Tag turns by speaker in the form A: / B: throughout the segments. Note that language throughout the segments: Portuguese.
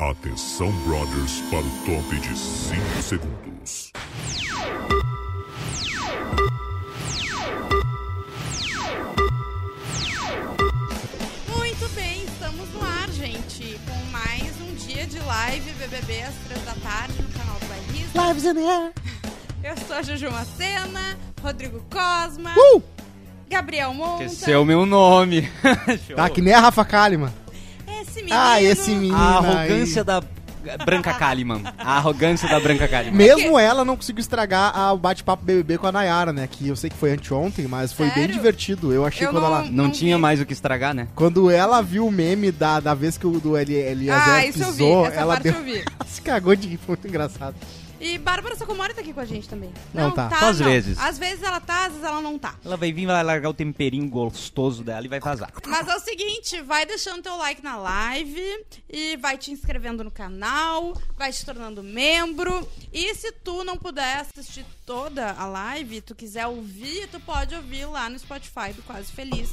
A: Atenção, brothers, para o top de 5 segundos.
B: Muito bem, estamos no ar, gente, com mais um dia de live BBB às três da tarde no canal do Bairrista.
C: Lives in the air.
B: Eu sou a Juju Macena, Rodrigo Cosma,
C: Uh!
B: Gabriel Monta.
D: Esqueceu o meu nome.
C: Tá que nem a Rafa Kalimann.
B: Esse menino.
C: Ah, esse menino
D: A
C: aí.
D: arrogância da Branca Kalimann. A arrogância da Branca Kalimann.
C: Mesmo ela não conseguiu estragar a- o bate-papo BBB com a Nayara, né? Que eu sei que foi anteontem, mas foi bem
B: Sério?
C: divertido. Eu achei
B: Eu
C: quando ela...
D: Não
B: Não
D: tinha
B: vi.
D: mais o que estragar, né?
C: Quando ela viu o meme da, da vez que o do L- Eliezer
B: Ah, isso eu vi,
C: pisou,
B: essa
C: ela
B: parte
C: deu...
B: eu vi.
C: se cagou de rir, foi muito engraçado.
B: E Bárbara Sacomori tá aqui com a gente também.
C: Não tá.
D: Só às vezes.
B: Às vezes ela tá, às vezes ela não tá.
D: Ela vai vir, vai largar o temperinho gostoso dela e vai vazar.
B: Mas é o seguinte, vai deixando teu like na live e vai te inscrevendo no canal, vai te tornando membro. E se tu não puder assistir toda a live, tu quiser ouvir, tu pode ouvir lá no Spotify do Quase Feliz,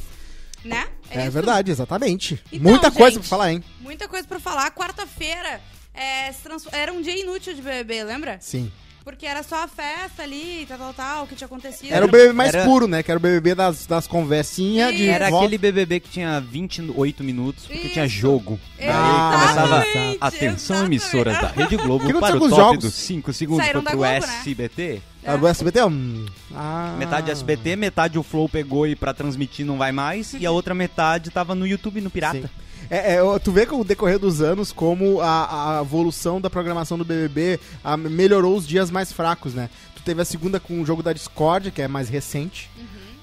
B: né?
C: É,
B: isso?
C: verdade, exatamente.
B: Então,
C: Muita coisa
B: gente,
C: pra falar, hein?
B: Muita coisa pra falar. Quarta-feira é, se transfor- era um dia inútil de BBB, lembra?
C: Sim.
B: Porque era só a festa ali, tal, tal, tal, o que tinha acontecido.
C: Era o BBB mais
D: Era-
C: puro, né? Que era o BBB das, das conversinhas de
D: Era
C: volta.
D: aquele BBB que tinha 28 minutos, porque
B: Isso.
D: tinha jogo. Daí começava
B: Exatamente,
D: atenção
B: exatamente.
D: emissoras da Rede
C: O que
D: Globo
C: aconteceu
D: para o
C: com
D: top
C: os jogos?
D: dos 5 segundos
B: Saíram
D: foi
B: da
D: pro
B: Globo, né?
D: SBT.
C: Ah, O SBT é um... Ah.
D: Metade SBT, metade o Flow pegou e pra transmitir não vai mais. E a outra metade tava no YouTube, no Pirata.
C: Sim. É, é, ó, tu vê com o decorrer dos anos como a, a evolução da programação do BBB a- melhorou os dias mais fracos, né? Tu teve a segunda com o jogo da Discord, que é mais recente.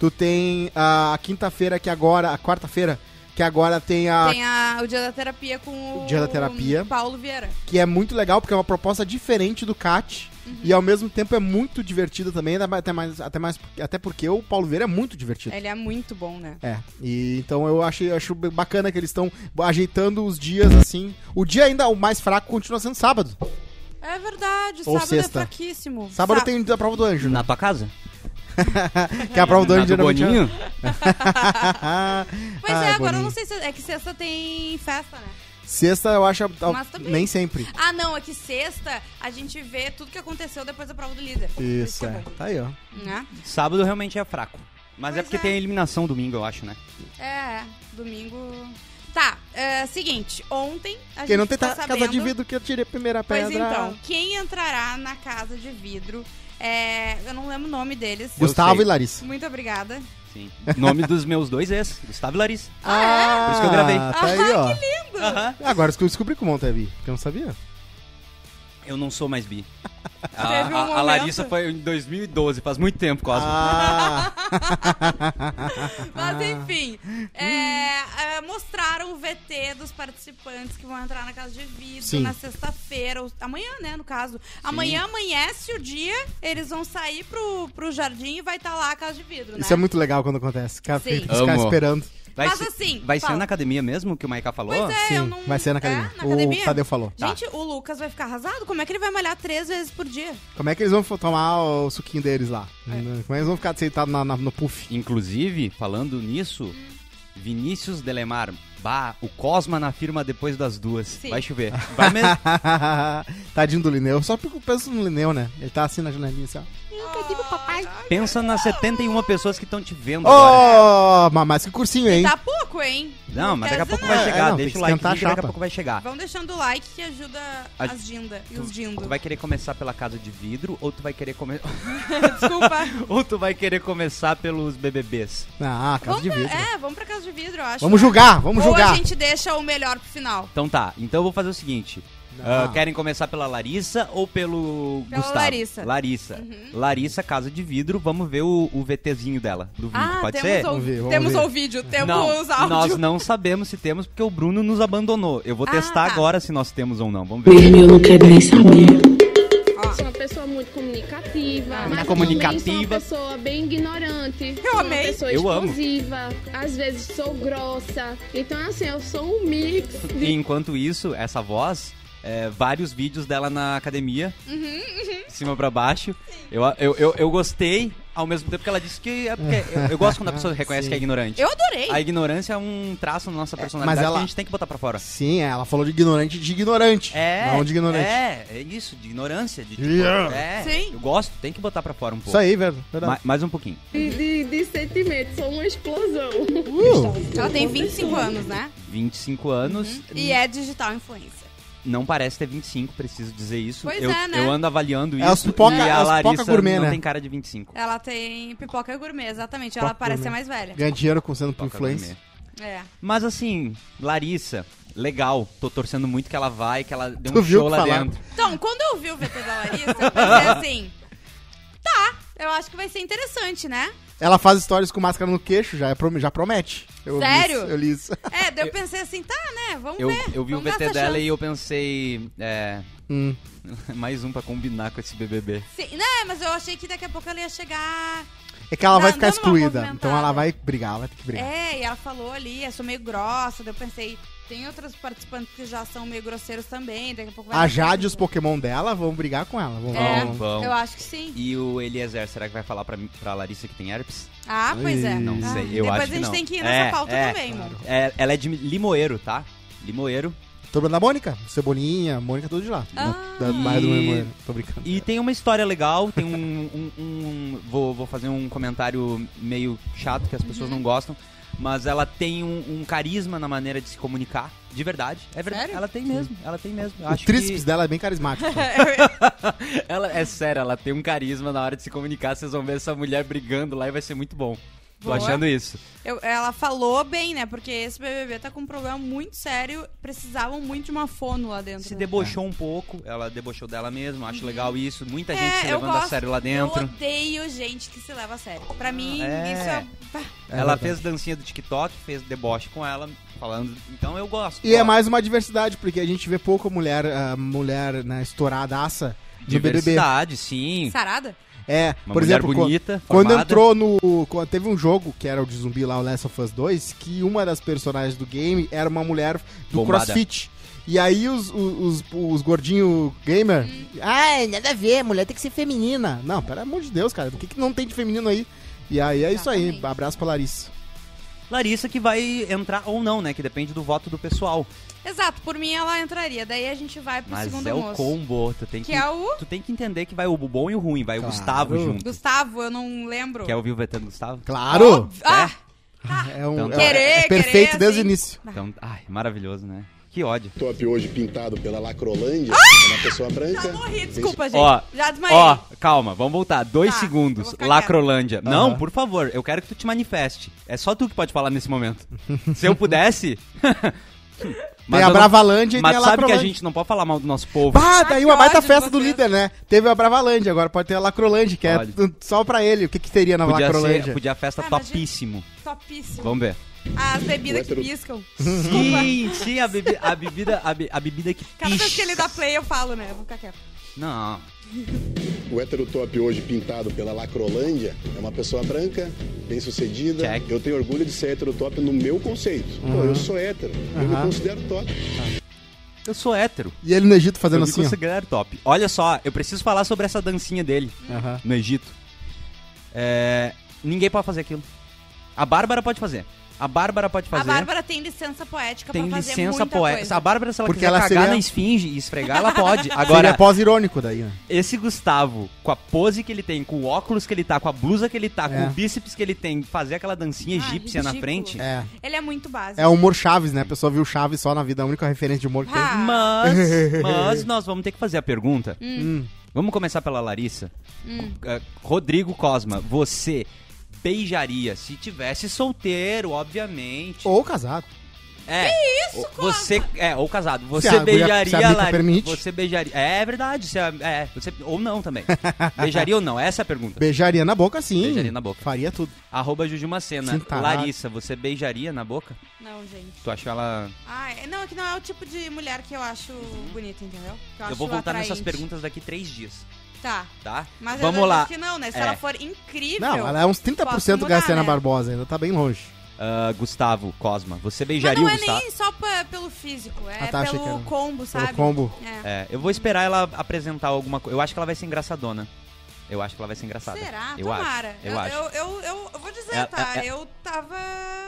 C: Tu tem a, a quinta-feira que agora, a quarta-feira, que agora tem a.
B: Tem a- o dia da terapia com o
C: Dia da terapia.
B: Paulo Vieira.
C: que é muito legal, porque é uma proposta diferente do CAT. E ao mesmo tempo é muito divertida também, ainda mais- até mais, até mais até porque o Paulo Vieira é muito divertido.
B: Ele é muito bom, né?
C: É, e então eu achei, acho bacana que eles estão ajeitando os dias assim. O dia ainda o mais fraco continua sendo sábado.
B: É verdade,
C: Ou
B: sábado é
C: sexta.
B: fraquíssimo.
C: Sábado
B: Sa-
C: tem a prova do anjo, né?
D: Na tua casa?
C: Que é a prova do
D: Na
C: anjo
D: do
C: geralmente é-
D: Boninho?
B: Pois
C: Ah,
B: é, agora eu
C: Boninho.
B: não sei se. É que sexta tem festa, né?
C: Sexta eu acho. tal-
B: Mas também.
C: nem sempre.
B: Ah, não, é que sexta a gente vê tudo que aconteceu depois da prova do líder.
C: Isso, é.
B: bom,
C: Tá aí, ó.
B: Né?
D: Sábado realmente é fraco. Mas é
B: Pois
D: porque
B: é.
D: tem a eliminação domingo, eu acho, né?
B: É, domingo. Tá, é, seguinte, ontem a
C: Quem
B: gente
C: não tentar
B: ficou
C: casa de
B: tá sabendo-
C: vidro que eu tirei a primeira pedra.
B: Pois então, quem entrará na casa de vidro é. Eu não lembro o nome deles.
D: Eu
C: Gustavo
D: sei.
C: e Larissa.
B: Muito obrigada.
D: Sim. Nome dos meus dois ex, Gustavo e Larissa.
B: é?
C: Ah,
D: Por isso que eu gravei.
C: Tá
B: Ah,
C: aí, ó.
D: Aham.
C: Agora que eu descobri que o Monte é bi, que eu não sabia.
D: Eu não sou mais bi. A,
B: Teve um
D: a- a
B: momento-
D: Larissa foi em 2012, faz muito tempo,
B: um.
D: quase.
C: Ah,
B: Mas enfim, é, é, mostraram o VT dos participantes que vão entrar na casa de vidro
C: Sim.
B: na sexta-feira, ou- amanhã, né, no caso. Amanhã amanhece o dia, eles vão sair pro, pro jardim e vai estar lá a casa de vidro, né?
C: isso é muito legal quando acontece. Cara,
B: Sim.
C: fica ficar
D: Amo.
C: esperando.
D: vai
B: mas
D: ser,
B: assim,
D: vai
B: fala.
D: ser na academia mesmo que o Maiká falou?
B: Pois é, eu
C: Sim,
B: não...
C: vai ser na academia.
B: É, na academia?
C: O Tadeu Tá. falou.
B: Gente, o Lucas vai ficar arrasado? Como é que ele vai malhar três vezes por dia?
C: Como é que eles vão fo- tomar o suquinho deles lá? Como é que eles vão ficar sentados na- na- no puff?
D: Inclusive, falando nisso, Vinícius Delemar, bah, o Cosma na firma depois das duas.
B: Sim.
D: Vai chover. Vai mesmo.
C: Tadinho do Lineu. Eu Só fico- penso no Lineu, né? Ele tá assim na janelinha, assim, ó.
D: Pensa nas 71 pessoas que estão te vendo agora.
C: Oh, mas- mas que cursinho, hein?
B: Tá pouco, hein?
D: Não, mas
B: quer
D: daqui a pouco
B: dizer
D: vai
B: nada.
D: chegar.
C: É, não, tem
D: Deixa
C: que
D: o like,
C: esquentar a
D: daqui a
C: chapa.
D: pouco vai chegar.
B: Vão deixando o like que ajuda
D: A-
B: as Dinda e os Dindo.
D: Tu vai querer começar pela casa de vidro ou tu vai querer come...
B: Desculpa.
D: ou tu vai querer começar pelos BBBs?
C: Ah, casa
B: vamos
C: de
B: pra,
C: vidro.
B: é, vamos pra casa de vidro, eu acho.
C: Vamos julgar, vamos
B: Ou
C: julgar.
B: a gente deixa o melhor pro final.
D: Então tá, então eu vou fazer o seguinte.
C: Não.
D: Ah, querem começar pela Larissa ou pelo
B: Pela
D: Gustavo?
B: Larissa. Uhum.
D: Larissa. Larissa, casa de vidro, vamos ver o, o VTzinho dela, do vídeo,
B: Ah,
D: Hum, pode
B: temos,
D: ser?
B: O,
C: Vamos ver, vamos
B: temos
C: ver.
B: o vídeo, temos
D: Não,
B: os áudios.
D: nós não sabemos se temos, porque o Bruno nos abandonou. Eu vou
B: Ah,
D: testar
B: tá.
D: agora se nós temos ou não, vamos ver.
E: Ele eu não quero nem saber.
F: Sou uma pessoa muito comunicativa, mas também sou uma
D: Ah, comunicativa.
F: pessoa bem ignorante.
B: Eu
F: sou
B: amei.
F: Uma pessoa
D: Eu amo.
F: explosiva, às vezes sou grossa. Então, assim, eu sou um mix de
B: Uhum.
D: E enquanto isso, essa voz, é, vários
B: Uhum,
D: vídeos dela na academia, de cima pra baixo. Eu, eu, eu, eu gostei, ao mesmo tempo que ela disse que. É porque eu, eu gosto quando a pessoa reconhece
C: Sim.
D: que é ignorante.
B: Eu adorei.
D: A ignorância é um traço na nossa personalidade
C: mas ela-
D: que a gente tem que botar pra fora.
C: Sim, é, ela falou de ignorante de ignorante.
D: É.
C: Não de ignorante.
D: É, é isso, de ignorância. De, tipo,
C: Yeah.
D: É,
B: Sim.
D: eu gosto, tem que botar pra fora um pouco.
C: Isso aí, velho.
D: Ma- mais um pouquinho.
F: de, de, de sentimentos, sou uma explosão.
C: Uh!
B: Ela tem 25 anos, né?
D: 25 anos.
B: E é digital influencer.
D: Não parece ter 25, preciso dizer isso.
B: Pois
D: eu,
B: é, né?
D: eu ando avaliando
C: É as
D: isso
C: pipoca-
D: e
C: é
D: a
C: as pipoca
D: Larissa
C: gourmet,
D: não
C: né?
D: tem cara de 25.
B: Ela tem pipoca gourmet, exatamente.
C: Pipoca
B: ela parece ser
C: gourmet.
B: mais velha.
C: Ganha dinheiro com sendo
D: Pipoca
C: influência.
D: gourmet.
B: É.
D: Mas assim, Larissa, legal. Tô torcendo muito que ela vai, que ela dê um
C: Tu viu
D: show
C: o que
D: lá
C: falaram?
D: dentro.
B: Então, quando eu vi o VT da Larissa, eu pensei assim: tá, eu acho que vai ser interessante, né?
C: Ela faz stories com máscara no queixo, já, é prom- já promete. Eu li
B: Sério?
C: isso, eu li isso.
B: É, daí eu pensei assim: tá, né? Vamos
D: Eu,
B: ver.
D: eu vi
B: vamos
D: o
B: dar
D: VT
B: essa
D: dela
B: chance.
D: e eu pensei. É.
C: Hum.
D: Mais um pra combinar com esse BBB.
B: Sim, né? Mas eu achei que daqui a pouco ela ia chegar.
C: É que ela
B: Não,
C: vai ficar
B: dando uma
C: excluída.
B: movimentada.
C: Então ela vai brigar, ela vai ter que brigar.
B: É, e ela falou ali: eu sou meio grossa. Daí eu pensei: tem outros participantes que já são meio grosseiros também. Daqui a pouco vai.
C: A
B: dar
C: Jade e os
B: confusão.
C: Pokémon dela vão brigar com ela. Vão,
B: É,
C: vão-
D: Vão.
B: eu acho que sim.
D: E o Eliezer, será que vai falar pra, mim- pra Larissa que tem herpes?
B: Ah, pois é.
D: Não
B: Ah,
D: sei, eu
B: Depois
D: acho
B: a
D: que
B: gente
D: não.
B: tem que ir
D: É,
B: nessa pauta
D: é.
B: também, mano.
D: É, ela é de Limoeiro, tá? Limoeiro.
C: Tô falando da Mônica. Cebolinha, Mônica, é tudo de lá.
B: Ah.
C: Da, mais do meu
D: E-
C: irmão. Tô brincando.
D: E tem uma história legal, tem um. um- um- vou, vou fazer um comentário meio chato que as pessoas não gostam. Mas ela tem um, um carisma na maneira de se comunicar, de verdade. É verdade.
B: Sério?
D: Ela tem mesmo, ela tem mesmo. Eu
C: o
D: acho
C: tríceps
D: que
C: dela é bem carismático.
D: ela é sério, ela tem um carisma na hora de se comunicar. Vocês vão ver essa mulher brigando lá e vai ser muito bom.
B: Boa.
D: Tô achando isso.
B: Eu- ela falou bem, né? Porque esse BBB tá com um problema muito sério. Precisavam muito de uma fono lá dentro.
D: Se
B: né?
D: debochou um pouco, ela debochou dela mesma, acho legal isso. Muita gente
B: Uhum. É,
D: se
B: eu
D: levando a
B: gosto.
D: sério lá
B: Eu
D: dentro.
B: odeio gente que se leva a sério. Pra mim,
D: É.
B: isso é. Bah,
D: Ela fez dancinha do TikTok, fez deboche com ela, falando. Então eu gosto.
C: E é
D: gosto.
C: mais uma diversidade, porque a gente vê pouca mulher, ah, mulher né, estouradaça no BBB.
D: Diversidade, sim.
B: Sarada?
C: É,
D: Uma
C: por
D: mulher
C: exemplo, co-
D: bonita,
C: quando
D: formada.
C: entrou no. quando Teve um jogo que era o de zumbi lá, o Last of Us 2, que uma das personagens do game era uma mulher do
D: Bombada.
C: crossfit. E aí os, os, os, os gordinho gamer.
B: Hum.
C: Ai, nada a ver, mulher tem que ser feminina. Não, pelo amor de Deus, cara, o que, que não tem de feminino aí? E aí é isso aí,
B: Exatamente.
C: abraço pra Larissa.
D: Larissa que vai entrar ou não, né? Que depende do voto do pessoal.
B: Exato, por mim ela entraria. Daí a gente vai pro
D: Mas
B: segundo
D: é o
B: moço.
D: combo. Tu tem que,
B: Que é o
D: tu tem que entender que vai o bom e o ruim. Vai
C: Claro.
D: o Gustavo junto.
B: Gustavo, eu não lembro.
D: Quer ouvir o VT do é Gustavo?
C: Claro!
B: Ah,
C: É um
D: Então tá.
C: é- é
B: Querer,
C: perfeito
B: querer,
C: desde o
B: assim.
C: início.
D: Então, ai, maravilhoso, né? Que ódio.
E: top hoje pintado pela Lacrolândia, é uma pessoa branca.
B: já morri, desculpa, gente.
D: Ó,
B: já desmaiei.
D: ó, calma, vamos voltar. Dois
B: Tá, eu vou
D: segundos.
B: ficar
D: Lacrolândia. Não,
C: Aham.
D: por favor, eu quero que tu te manifeste. É só tu que pode falar nesse momento. Se eu pudesse.
C: Tem
D: eu
C: a
D: não-
C: Bravalândia e
D: Mas
C: tem a
D: sabe que a
C: Lacrolândia.
D: gente não pode falar mal do nosso povo.
C: Bah, daí uma
B: que
C: baita
B: ódio
C: festa
B: de
C: do
B: vocês.
C: líder, né? Teve a Bravalândia, agora pode ter a Lacrolândia, que
D: Olha.
C: é só pra ele. O que, que teria na
D: Podia, ser,
C: Lacrolândia?
D: podia a festa
B: Ah, mas
D: topíssimo.
B: Topíssimo.
D: Vamos ver.
B: As bebidas que
E: Hétero.
B: piscam.
D: Sim, sim, a, bebi- a bebida, a, be- a bebida que
B: Cada vez que
D: pisca.
B: ele dá play, eu falo, né? Eu vou ficar quieto.
D: Não,
E: O hétero top hoje pintado pela Lacrolândia é uma pessoa branca, bem sucedida.
D: Check.
E: Eu tenho orgulho de ser hétero top no meu conceito. Pô, eu sou hétero, eu me
C: Aham.
E: considero top.
D: eu sou hétero.
C: E ele no Egito fazendo
D: Eu me
C: assim, ó.
D: considero top. Olha só, eu preciso falar sobre essa dancinha dele né,
C: Aham.
D: no Egito. É, ninguém pode fazer aquilo. A Bárbara pode fazer. A Bárbara pode fazer.
B: A Bárbara tem licença poética
D: tem
B: pra fazer
D: licença
B: muita
D: poética.
B: coisa.
D: Se A Bárbara, se ela
C: Porque
D: quiser
C: ela
D: cagar
C: seria-
D: na esfinge e esfregar, ela pode.
C: Agora
D: Agora,
C: é pós-irônico daí, né?
D: esse Gustavo, com a pose que ele tem, com o óculos que ele tá, com a blusa que ele tá, com
C: É.
D: o bíceps que ele tem, fazer aquela dancinha
B: Ah,
D: egípcia na
B: ridículo.
D: frente.
C: É.
B: Ele é muito básico.
C: É o humor Chaves, né? A pessoa viu Chaves só na vida, a única referência de humor que tem.
B: Ah.
D: Mas, mas nós vamos ter que fazer a pergunta.
B: Hum.
C: Hum.
D: Vamos começar pela Larissa. Eh, Rodrigo Cosma, você beijaria se tivesse solteiro, obviamente.
C: Ou casado.
D: É.
B: isso,
D: ou- Você é ou casado? Você
C: a guria- se
D: beijaria
C: a bica
D: Larissa?
C: permite.
D: Você beijaria? É, é verdade. se a- é, você- ou não também. beijaria ou não? Essa é a pergunta.
C: Beijaria na boca, sim.
D: Beijaria na boca.
C: Faria tudo.
D: Arroba Jujumacena.
C: Sim, tá.
D: Larissa, você beijaria na boca?
B: Não, gente.
D: Tu achou ela?
B: Ah, é- não, é que não é o tipo de mulher que eu acho bonita, entendeu? Que eu,
D: Eu,
B: acho
D: vou voltar
B: atraente.
D: nessas perguntas daqui três dias,
B: Tá.
D: tá?
B: Mas eu
D: Vamos
B: já
D: lá.
B: disse que não, né? Se
D: É.
B: ela for incrível.
C: Não, ela é uns 30%
B: Posso mudar,
C: Gastiana
B: né?
C: Barbosa, ainda tá bem longe.
D: Ah, Gustavo Cosma, você
B: Mas
D: beijaria
B: não é
D: o Gustavo?
B: nem só pa- pelo físico, é
C: Ah, tá, achei que
B: pelo
C: era-
B: combo, sabe?
C: combo.
B: É.
D: É, eu vou esperar ela apresentar alguma coisa. Eu acho que ela vai ser engraçadona. Eu acho que ela vai ser engraçada.
B: Será?
D: Eu
B: Tomara.
D: acho. Eu,
B: Eu,
D: acho.
B: eu, eu, eu- eu vou dizer,
D: É,
B: tá?
D: é, é.
B: eu tava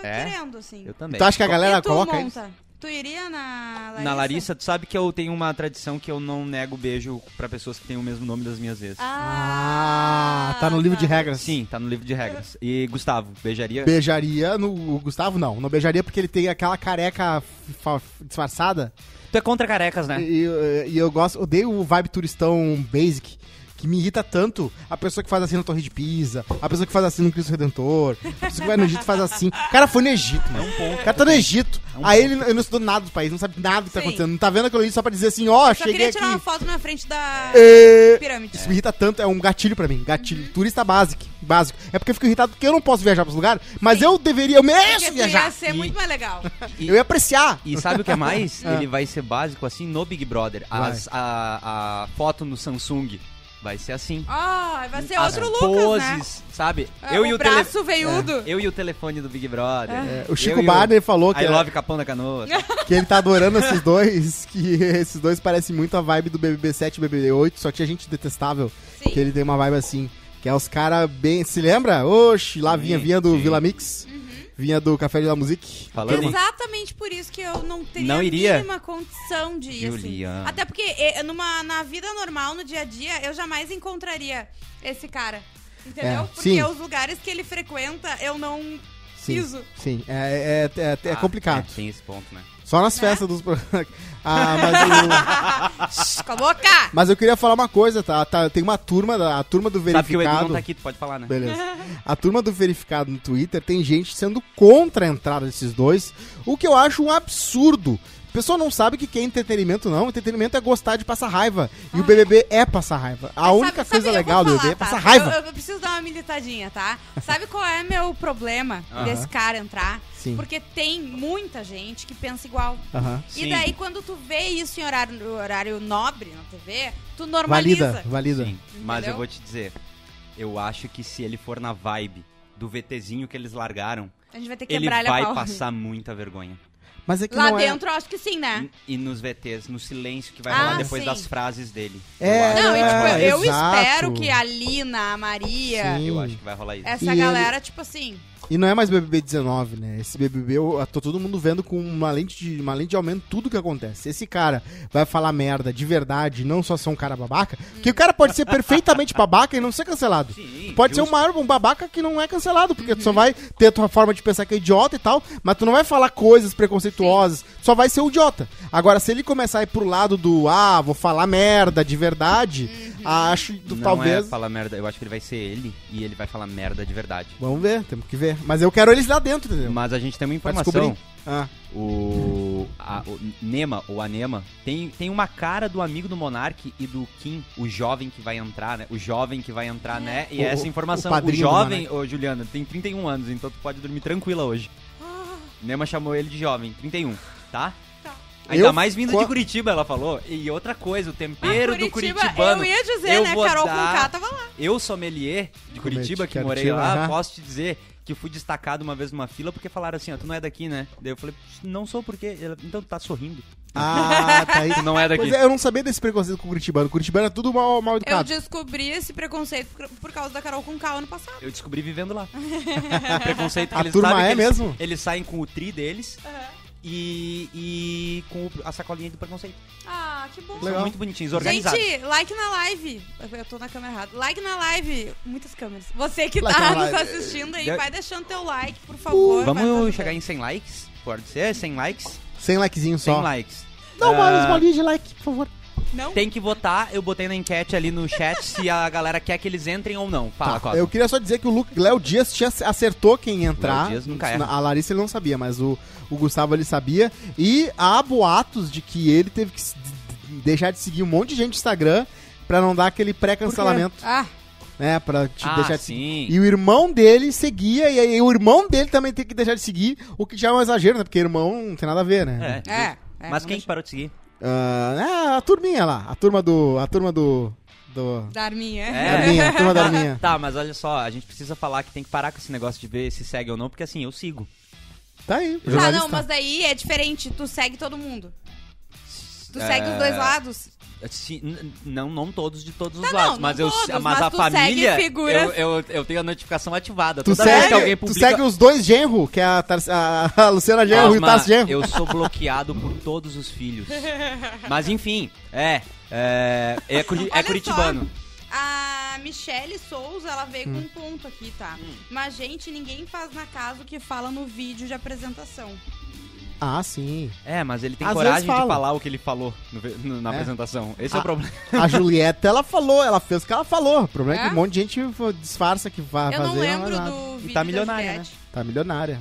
D: É?
B: querendo, assim.
D: Eu também.
C: Tu acha que a galera
B: e tu,
C: coloca isso?
B: Monta? Tu iria na Larissa?
D: Na Larissa, tu sabe que eu tenho uma tradição que eu não nego beijo pra pessoas que têm o mesmo nome das minhas vezes.
C: Ah, tá no livro de regras.
D: Sim, tá no livro de regras. E Gustavo, beijaria?
C: Beijaria no o Gustavo? Não, não beijaria porque ele tem aquela careca fa- disfarçada.
D: Tu é contra carecas, né?
C: E, eh, e eu gosto, odeio o vibe turistão basic. Que me irrita tanto a pessoa que faz assim na Torre de Pisa, a pessoa que faz assim no Cristo Redentor, a pessoa que vai no Egito e faz assim. O cara foi no Egito, mano. O cara tá no Egito.
D: É um
C: Aí ele, ele não estudou nada do país, não sabe nada do que tá
B: Sim.
C: acontecendo. Não tá vendo aquilo ali só pra dizer assim, ó,
B: Só
C: cheguei
B: queria
C: aqui.
B: tirar uma foto na frente da
C: É.
B: pirâmide.
C: Isso me irrita tanto, é um gatilho pra mim. Gatilho. Turista básico, básico. É porque eu fico irritado porque eu não posso viajar pros lugares, mas eu deveria, eu mereço
B: Porque assim,
C: viajar.
B: ia ser
D: E-
B: muito mais legal.
D: E-
C: Eu ia apreciar.
D: E sabe o que é mais?
B: Ah.
D: Ele vai ser básico assim no Big Brother. As- a, a foto no Samsung vai ser assim.
B: Ó, vai ser
D: As
B: Ah, é outro Lucas, né?
D: poses, sabe?
B: É,
D: eu,
B: o
D: e o tele- É,
B: braço veiudo.
D: eu e o telefone do Big Brother.
C: É, O Chico
D: Eu e
C: Barney falou que, é-
D: I love Capão da Canoa.
C: que ele tá adorando esses dois, que esses dois parecem muito a vibe do BBB 7 e BBB 8, só tinha gente detestável,
B: Sim.
C: que ele tem uma vibe assim, que é os caras bem... Se lembra? Oxi, lá vinha, vinha do
D: sim.
C: Vila Mix,
B: Uhum.
C: vinha do Café de La Musique.
D: Falando assim. em-
B: Exatamente por isso que eu não teria
D: Não iria?
B: a mínima condição de ir. assim.
D: Juliana.
B: Até porque eh, numa, na vida normal, no dia a dia, eu jamais encontraria esse cara. Entendeu?
C: É,
B: Porque
C: sim.
B: os lugares que ele frequenta, eu não
C: Sim,
B: piso.
C: sim. É, é, é- é
D: Ah,
C: complicado.
D: é, tem esse ponto, né?
C: Só
B: É.
C: nas festas dos... pro- ah, mas o...
B: Shh, Cala a boca!
C: Mas eu queria falar uma coisa, tá? tá tem uma turma, da- a turma do
D: Sabe que o Edu
C: verificado.
D: não tá aqui, tu pode falar, né?
C: Beleza. A turma do verificado no Twitter tem gente sendo contra a entrada desses dois, o que eu acho um absurdo. A pessoa não sabe que que é entretenimento, não. Entretenimento é gostar de passar raiva. E o BBB é passar raiva. A
B: Ah. Mas
C: única
B: sabe-
C: coisa
B: sabe, eu
C: legal
B: vou
C: do
B: falar,
C: BBB é
B: tá?
C: passar raiva.
B: Eu, eu preciso dar uma militadinha, tá? Sabe qual é meu problema
D: Aham.
B: desse cara entrar?
C: Sim.
B: Porque tem muita gente que pensa igual.
C: Aham.
D: Sim.
B: E daí, quando tu vê isso em horário, horário nobre na TV, tu normaliza.
C: Valida, valida.
D: Sim, mas
B: Entendeu?
D: eu vou te dizer, eu acho que se ele for na vibe do VTzinho que eles largaram,
B: A gente vai ter que
D: ele
B: quebrar ele a
D: vai
B: pau.
D: passar muita vergonha.
C: Mas é que
B: Lá
C: não é-
B: dentro, eu acho que sim, né?
D: E nos VTs, no silêncio que vai
B: Ah,
D: rolar depois
B: sim.
D: das frases dele.
C: É,
D: eu acho,
B: Não, e tipo, eu
C: exato.
B: espero que a Lina, a Maria,
C: Sim.
D: eu acho que vai rolar isso.
B: essa
C: E ele-
B: galera, tipo assim,
C: E não é mais BBB 19, né? Esse BBB, eu tô todo mundo vendo com uma lente de, uma lente de aumento tudo que acontece. Esse cara vai falar merda de verdade, não só ser um cara babaca, porque o cara pode ser perfeitamente babaca e não ser cancelado.
D: Sim,
C: Pode ser
D: justo.
C: um, maior, um babaca que não é cancelado, porque tu só vai ter a tua forma de pensar que é idiota e tal, mas tu não vai falar coisas preconceituosas, tu só vai ser um idiota. Agora, se ele começar a ir pro lado do, ah, vou falar merda de verdade, acho que
D: Uhum. Não
C: talvez...
D: é falar merda, eu acho que ele vai ser ele e ele vai falar merda de verdade.
C: Vamos ver, temos que ver. Mas eu quero eles lá dentro, entendeu?
D: Mas a gente tem uma
C: Pra
D: informação.
C: descobrir. Ah.
D: O, a- o Nema, ou Anema, tem, tem uma cara do amigo do Monark e do Kim, o jovem que vai entrar, né? O jovem que vai entrar, né? E
C: O-
D: essa
C: o-
D: informação,
C: o
D: o,
C: padrinho do
D: jovem, ô Juliana, tem 31 anos, então tu pode dormir tranquila hoje. Nema chamou ele de jovem, 31, tá?
B: Ah. Tá.
D: Ainda
C: Eu-
D: mais vindo
C: qua-
D: de Curitiba, ela falou. E outra coisa, o tempero
B: ah,
D: do
B: Curitiba,
D: curitibano.
B: eu ia dizer,
D: eu
B: né?
D: vou
B: Carol
D: dar-
B: Conká tava lá.
D: Eu, sommelier de Curitiba, que
C: Curitiba,
D: morei lá,
C: aham.
D: posso te dizer que fui destacado uma vez numa fila porque falaram assim, ó, tu não é daqui, né? Daí eu falei, não sou porque... Ela, Então tu tá sorrindo.
C: Ah, tá aí.
D: Tu não é daqui.
C: Pois é, eu não sabia desse preconceito com o Curitibano. Curitibano é tudo mal, mal
B: Eu
C: educado.
B: descobri esse preconceito por, por causa da Carol Conká ano passado.
D: Eu descobri vivendo lá. O preconceito que
C: A
D: eles
C: turma
D: sabem
C: é
D: que eles,
C: mesmo?
D: Eles saem com o tri deles e, e com o- a sacolinha do preconceito.
B: Ah, que bom.
C: Legal.
D: São muito bonitinhos, organizados.
B: Gente, like na live. Eu tô na câmera errada. Like na live. Muitas câmeras. Você que
C: Like
B: tá
C: na
B: nos
C: live.
B: assistindo aí,
D: Deu-
B: vai deixando teu like, por favor. vai fazendo.
D: Uh, Vamos chegar em 100 likes? Pode ser? 100 likes?
C: Sem likezinho
D: 100
C: só.
D: likes.
C: Dá uma
D: Ah,
C: bolinha de like, por favor.
B: Não?
D: Tem que votar, eu botei na enquete ali no chat se a galera quer que eles entrem ou não. Fala, Costa.
C: Tá, Eu queria só dizer que o Lu- Léo Dias tinha acertou quem ia entrar.
D: Léo Dias nunca erra.
C: A Larissa ele não sabia, mas o, o Gustavo ele sabia. E há boatos de que ele teve que se- deixar de seguir um monte de gente no Instagram pra não dar aquele pré-cancelamento,
B: Ah,
C: né? Pra te
D: Ah,
C: deixar de seguir.
D: sim.
C: E o irmão dele seguia, e aí o irmão dele também tem que deixar de seguir, o que já é um exagero, né? Porque irmão não tem nada a ver, né?
D: É.
B: é. é,
D: Mas
B: não
D: quem
B: deixa-
D: que parou de seguir?
C: Ah, é, a turminha lá, a turma do. A turma do. do
B: Da Arminha.
D: É.
C: da Arminha, a turma da
D: Tá,
C: Arminha.
D: tá, mas olha só, a gente precisa falar que tem que parar com esse negócio de ver se segue ou não, porque assim, eu sigo.
C: Tá
D: Ah,
C: aí,
B: Tá,
C: jornalista.
B: não, mas daí é diferente. Tu segue todo mundo. Tu
D: É,
B: segue os dois lados.
D: assim, n- não, não todos de todos os
B: Tá,
D: lados,
B: não,
D: mas,
B: não
D: eu,
B: todos,
D: mas,
B: mas
D: a
B: tu segue
D: família, eu,
B: figuras.
D: eu, eu tenho a notificação ativada.
C: Tu
D: Toda vez
C: segue,
D: que alguém
C: tu
D: publica...
C: segue os dois genro, que é a, Tar- a- a Luciana Genro e o
D: Osma,
C: Tarso Genro.
D: eu sou bloqueado por todos os filhos. Mas enfim, é. É, é, curi- é
B: Olha
D: curitibano.
B: só, A Michelle Souza, ela veio
C: Hum.
B: com um ponto aqui, tá?
D: Hum.
B: Mas, gente, ninguém faz na casa o que fala no vídeo de apresentação.
C: Ah, sim.
D: É, mas ele tem
C: Às
D: coragem
C: vezes
D: de
C: fala.
D: falar o que ele falou no ve- no- na
C: É.
D: apresentação. Esse é
C: Ah.
D: o problema.
C: A Julieta, ela falou, ela fez o que ela falou. O problema é,
B: É?
C: que um monte de gente fa- disfarça que vai
B: eu
C: fazer.
B: não lembro
C: vai Tá nada.
B: do vídeo
D: tá
B: da
D: milionária,
B: Juliette.
C: Tá milionária.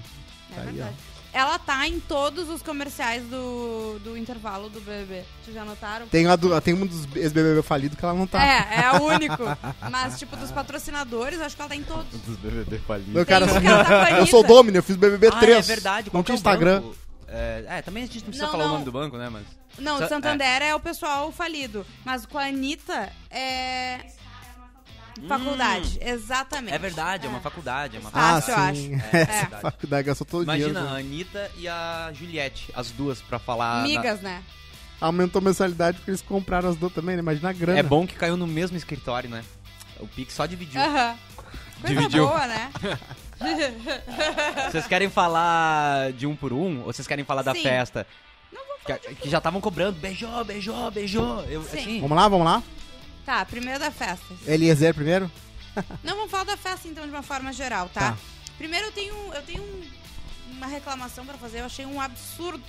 B: É
C: Tá aí,
B: verdade. Ela tá em todos os comerciais do, do intervalo do BBB. Vocês já notaram?
C: Tem, a do- tem um dos ex-BBB falido que ela não tá.
B: É, é o único. Mas, tipo, dos patrocinadores, eu acho que ela tá em todos.
D: Dos BBB
C: Meu
D: falidos.
C: cara,
B: um que ela tá com a
C: eu
B: Anitta.
C: sou o Domino, eu fiz BBB
D: Ah,
C: 3.
D: é verdade.
C: Não
D: qual que
C: tinha
D: é o
C: Instagram.
D: banco? É, é, também a gente não precisa
B: Não,
D: falar
B: não.
D: o nome do banco, né, mas...
B: Não,
D: Sa-
B: o Santander é. o pessoal falido. Mas com a Anitta é. Faculdade,
C: Hum.
B: exatamente.
D: É verdade, é uma faculdade, é uma
B: Ah,
C: Ah,
B: Fácil, eu
C: sim.
D: acho. É,
C: É,
D: verdade.
C: faculdade, gastou todo né? o
D: Imagina
C: dinheiro.
D: a Anitta e a Juliette, as duas, pra falar. na-
B: Migas, né?
C: Aumentou a mensalidade porque eles compraram as duas também, né? Imagina a grana.
D: É bom que caiu no mesmo escritório, né? O Pix só dividiu.
B: Aham. Coisa
D: Dividiu.
B: boa, né?
D: Vocês querem falar de um por um? Ou vocês querem falar da
B: Sim.
D: festa? que, que já estavam cobrando, beijou, beijou, beijou. Eu,
B: Sim.
D: assim,
C: Vamos lá, vamos lá?
B: Tá, primeiro da festa.
C: Eliezer primeiro?
B: Não, vamos falar da festa então de uma forma geral, tá?
C: Tá.
B: Primeiro eu tenho, eu tenho um- uma reclamação pra fazer. Eu achei um absurdo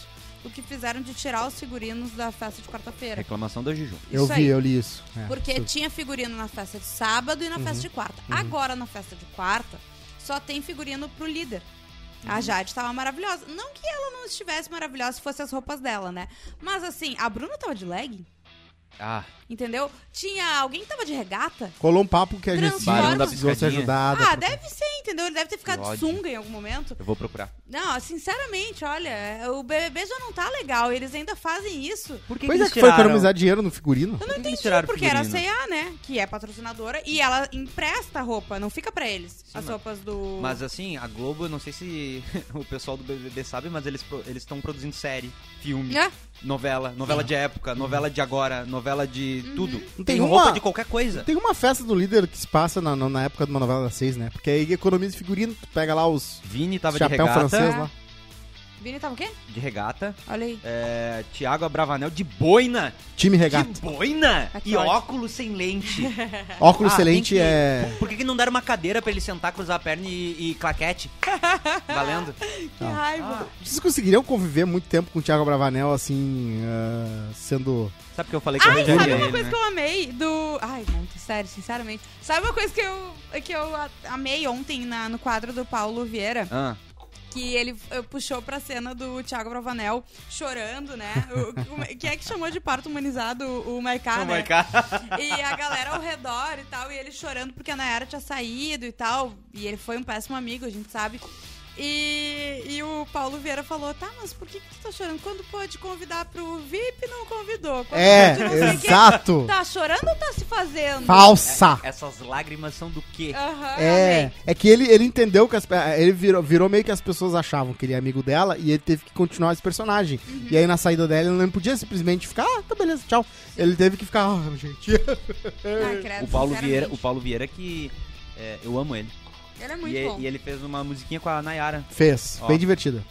B: o que fizeram de tirar os figurinos da festa de quarta-feira.
D: reclamação do Juju.
C: É eu
B: Isso
C: vi,
B: aí.
C: eu li isso. É,
B: Porque
C: isso.
B: tinha figurino na festa de sábado e na
C: Uhum.
B: festa de quarta. Agora, na festa de quarta, só tem figurino pro líder.
C: Uhum.
B: A Jade tava maravilhosa. Não que ela não estivesse maravilhosa se fosse as roupas dela, né? Mas assim, a Bruna tava de legging,
D: Ah,
B: entendeu? Tinha alguém que tava de regata.
C: Colou um papo que a gente
B: Transforma- Barão da
C: precisou ser
D: Piscadinha.
C: ajudada.
B: Ah, deve ser, entendeu? Ele deve ter ficado de
D: ódio.
B: sunga em algum momento.
D: eu vou procurar.
B: Não, sinceramente, olha, é, o BBB já não tá legal. Eles ainda fazem isso.
D: Por que,
C: Pois é
D: eles
C: que foi
D: tiraram-
C: economizar dinheiro no figurino.
D: Por que que eles
B: Sim,
D: tiraram
B: porque era a
D: figurino?
B: CA, né? Que é patrocinadora. E ela empresta a roupa, não fica pra eles. as
D: mas-
B: roupas do.
D: Mas assim, a Globo, eu não sei se o pessoal do BBB sabe, mas eles pro- eles estão produzindo série, filme,
B: É.
D: novela, novela de época, novela de agora, novela de
B: Uhum.
D: tudo.
C: Tem
D: Tem, roupa
C: uma-
D: de qualquer coisa.
C: Tem uma festa do líder que se passa na, na- na época de uma novela das seis, né? Porque aí economiza figurino, tu pega lá os
D: Vini tava de
C: chapéu
D: regata,
C: francês lá.
B: Vini tava o quê?
D: de regata.
B: Olha aí.
D: É, Tiago Abravanel de boina.
C: Time regata.
D: De boina?
B: Ah, que
D: E
B: ótimo.
D: óculos sem lente.
C: Óculos
D: Ah,
C: excelente
D: tem que-
C: é.
D: Por que, que não deram uma cadeira pra ele sentar, cruzar a perna e, e claquete? Valendo.
B: Que raiva.
D: Ah,
C: Vocês conseguiriam conviver muito tempo com o Thiago Bravanel, assim, ah, sendo.
D: Sabe que eu falei que eu
C: sabe
B: Sabe
D: rejeitei
B: uma
D: ele,
B: coisa
D: né?
B: que eu amei do. Ai, não, sério, sinceramente. Sabe uma coisa que eu, que eu a- amei ontem na- no quadro do Paulo Vieira?
D: Ah,
B: Que ele eh, puxou pra cena do Thiago Bravanel chorando, né? O, o- quem é que chamou de parto humanizado o Maiká,
D: oh
B: né?
D: my God.
B: E a galera ao redor e tal, e ele chorando porque a Nayara tinha saído e tal. E ele foi um péssimo amigo, a gente sabe. E, e o Paulo Vieira falou: tá, mas por que, que tu tá chorando? Quando pôde convidar pro VIP, não convidou. Quando
C: É,
B: pôde não sei o quê,
C: exato!
B: Tá chorando ou tá se fazendo?
C: Falsa!
D: Essas lágrimas são do quê?
B: Aham,
C: É,
B: amei.
C: é que ele, ele entendeu que as, pe- ele virou, virou meio que as pessoas achavam que ele é amigo dela e ele teve que continuar esse personagem.
B: Uhum.
C: E aí na saída dela ele não podia simplesmente ficar, ah, tá beleza, tchau. Ele teve que ficar, ah, gente.
B: Ai, credo,
D: O Paulo Vieira, o
B: É, sinceramente.
D: Paulo Vieira que é, eu amo ele.
B: Ele é
D: e,
B: muito
D: ele-
B: bom.
D: e ele fez uma musiquinha com a Nayara.
C: Fez,
D: Ó.
C: bem divertida.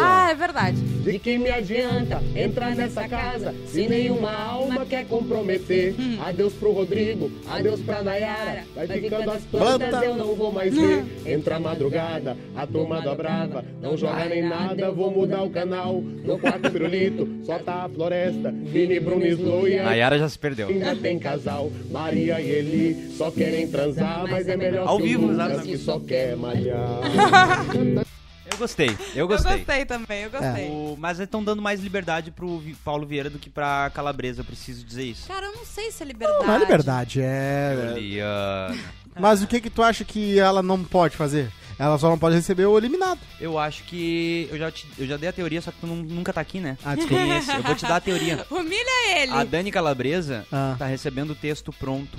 B: Ah, é verdade.
G: De que me adianta entrar nessa casa se nenhuma alma quer comprometer? Adeus pro Rodrigo, adeus pra Nayara. Hum. Vai ficando as plantas,
C: Planta.
G: eu não vou mais ver. Entra a madrugada, a tomada brava. Não joga nem nada, vou mudar o canal. No quarto pirulito, só tá a floresta. Vini, Bruno, Slo e a-
D: Nayara já se perdeu.
G: Ainda tem casal, Maria e Eli só querem transar, mas é melhor
D: Ao
G: que
D: vivo,
G: o Lucas
D: exatamente.
G: que só quer malhar.
D: Eu gostei, eu
B: Eu
D: gostei.
B: gostei também, eu gostei.
C: É.
D: O- mas estão dando mais liberdade pro Vi- Paulo Vieira do que pra Calabresa, preciso dizer isso.
B: Cara, eu não sei se é liberdade.
C: Não é liberdade, é.
D: Juliana.
C: Mas o que que tu acha que ela não pode fazer? Ela só não pode receber o eliminado.
D: Eu acho que. Eu já, te- eu já dei a teoria, só que tu nu- nunca tá aqui, né?
C: Ah, desculpa.
D: Tem esse, eu vou te dar a teoria.
B: Humilha ele.
D: A Dani Calabresa
C: Ah.
D: tá recebendo o texto pronto.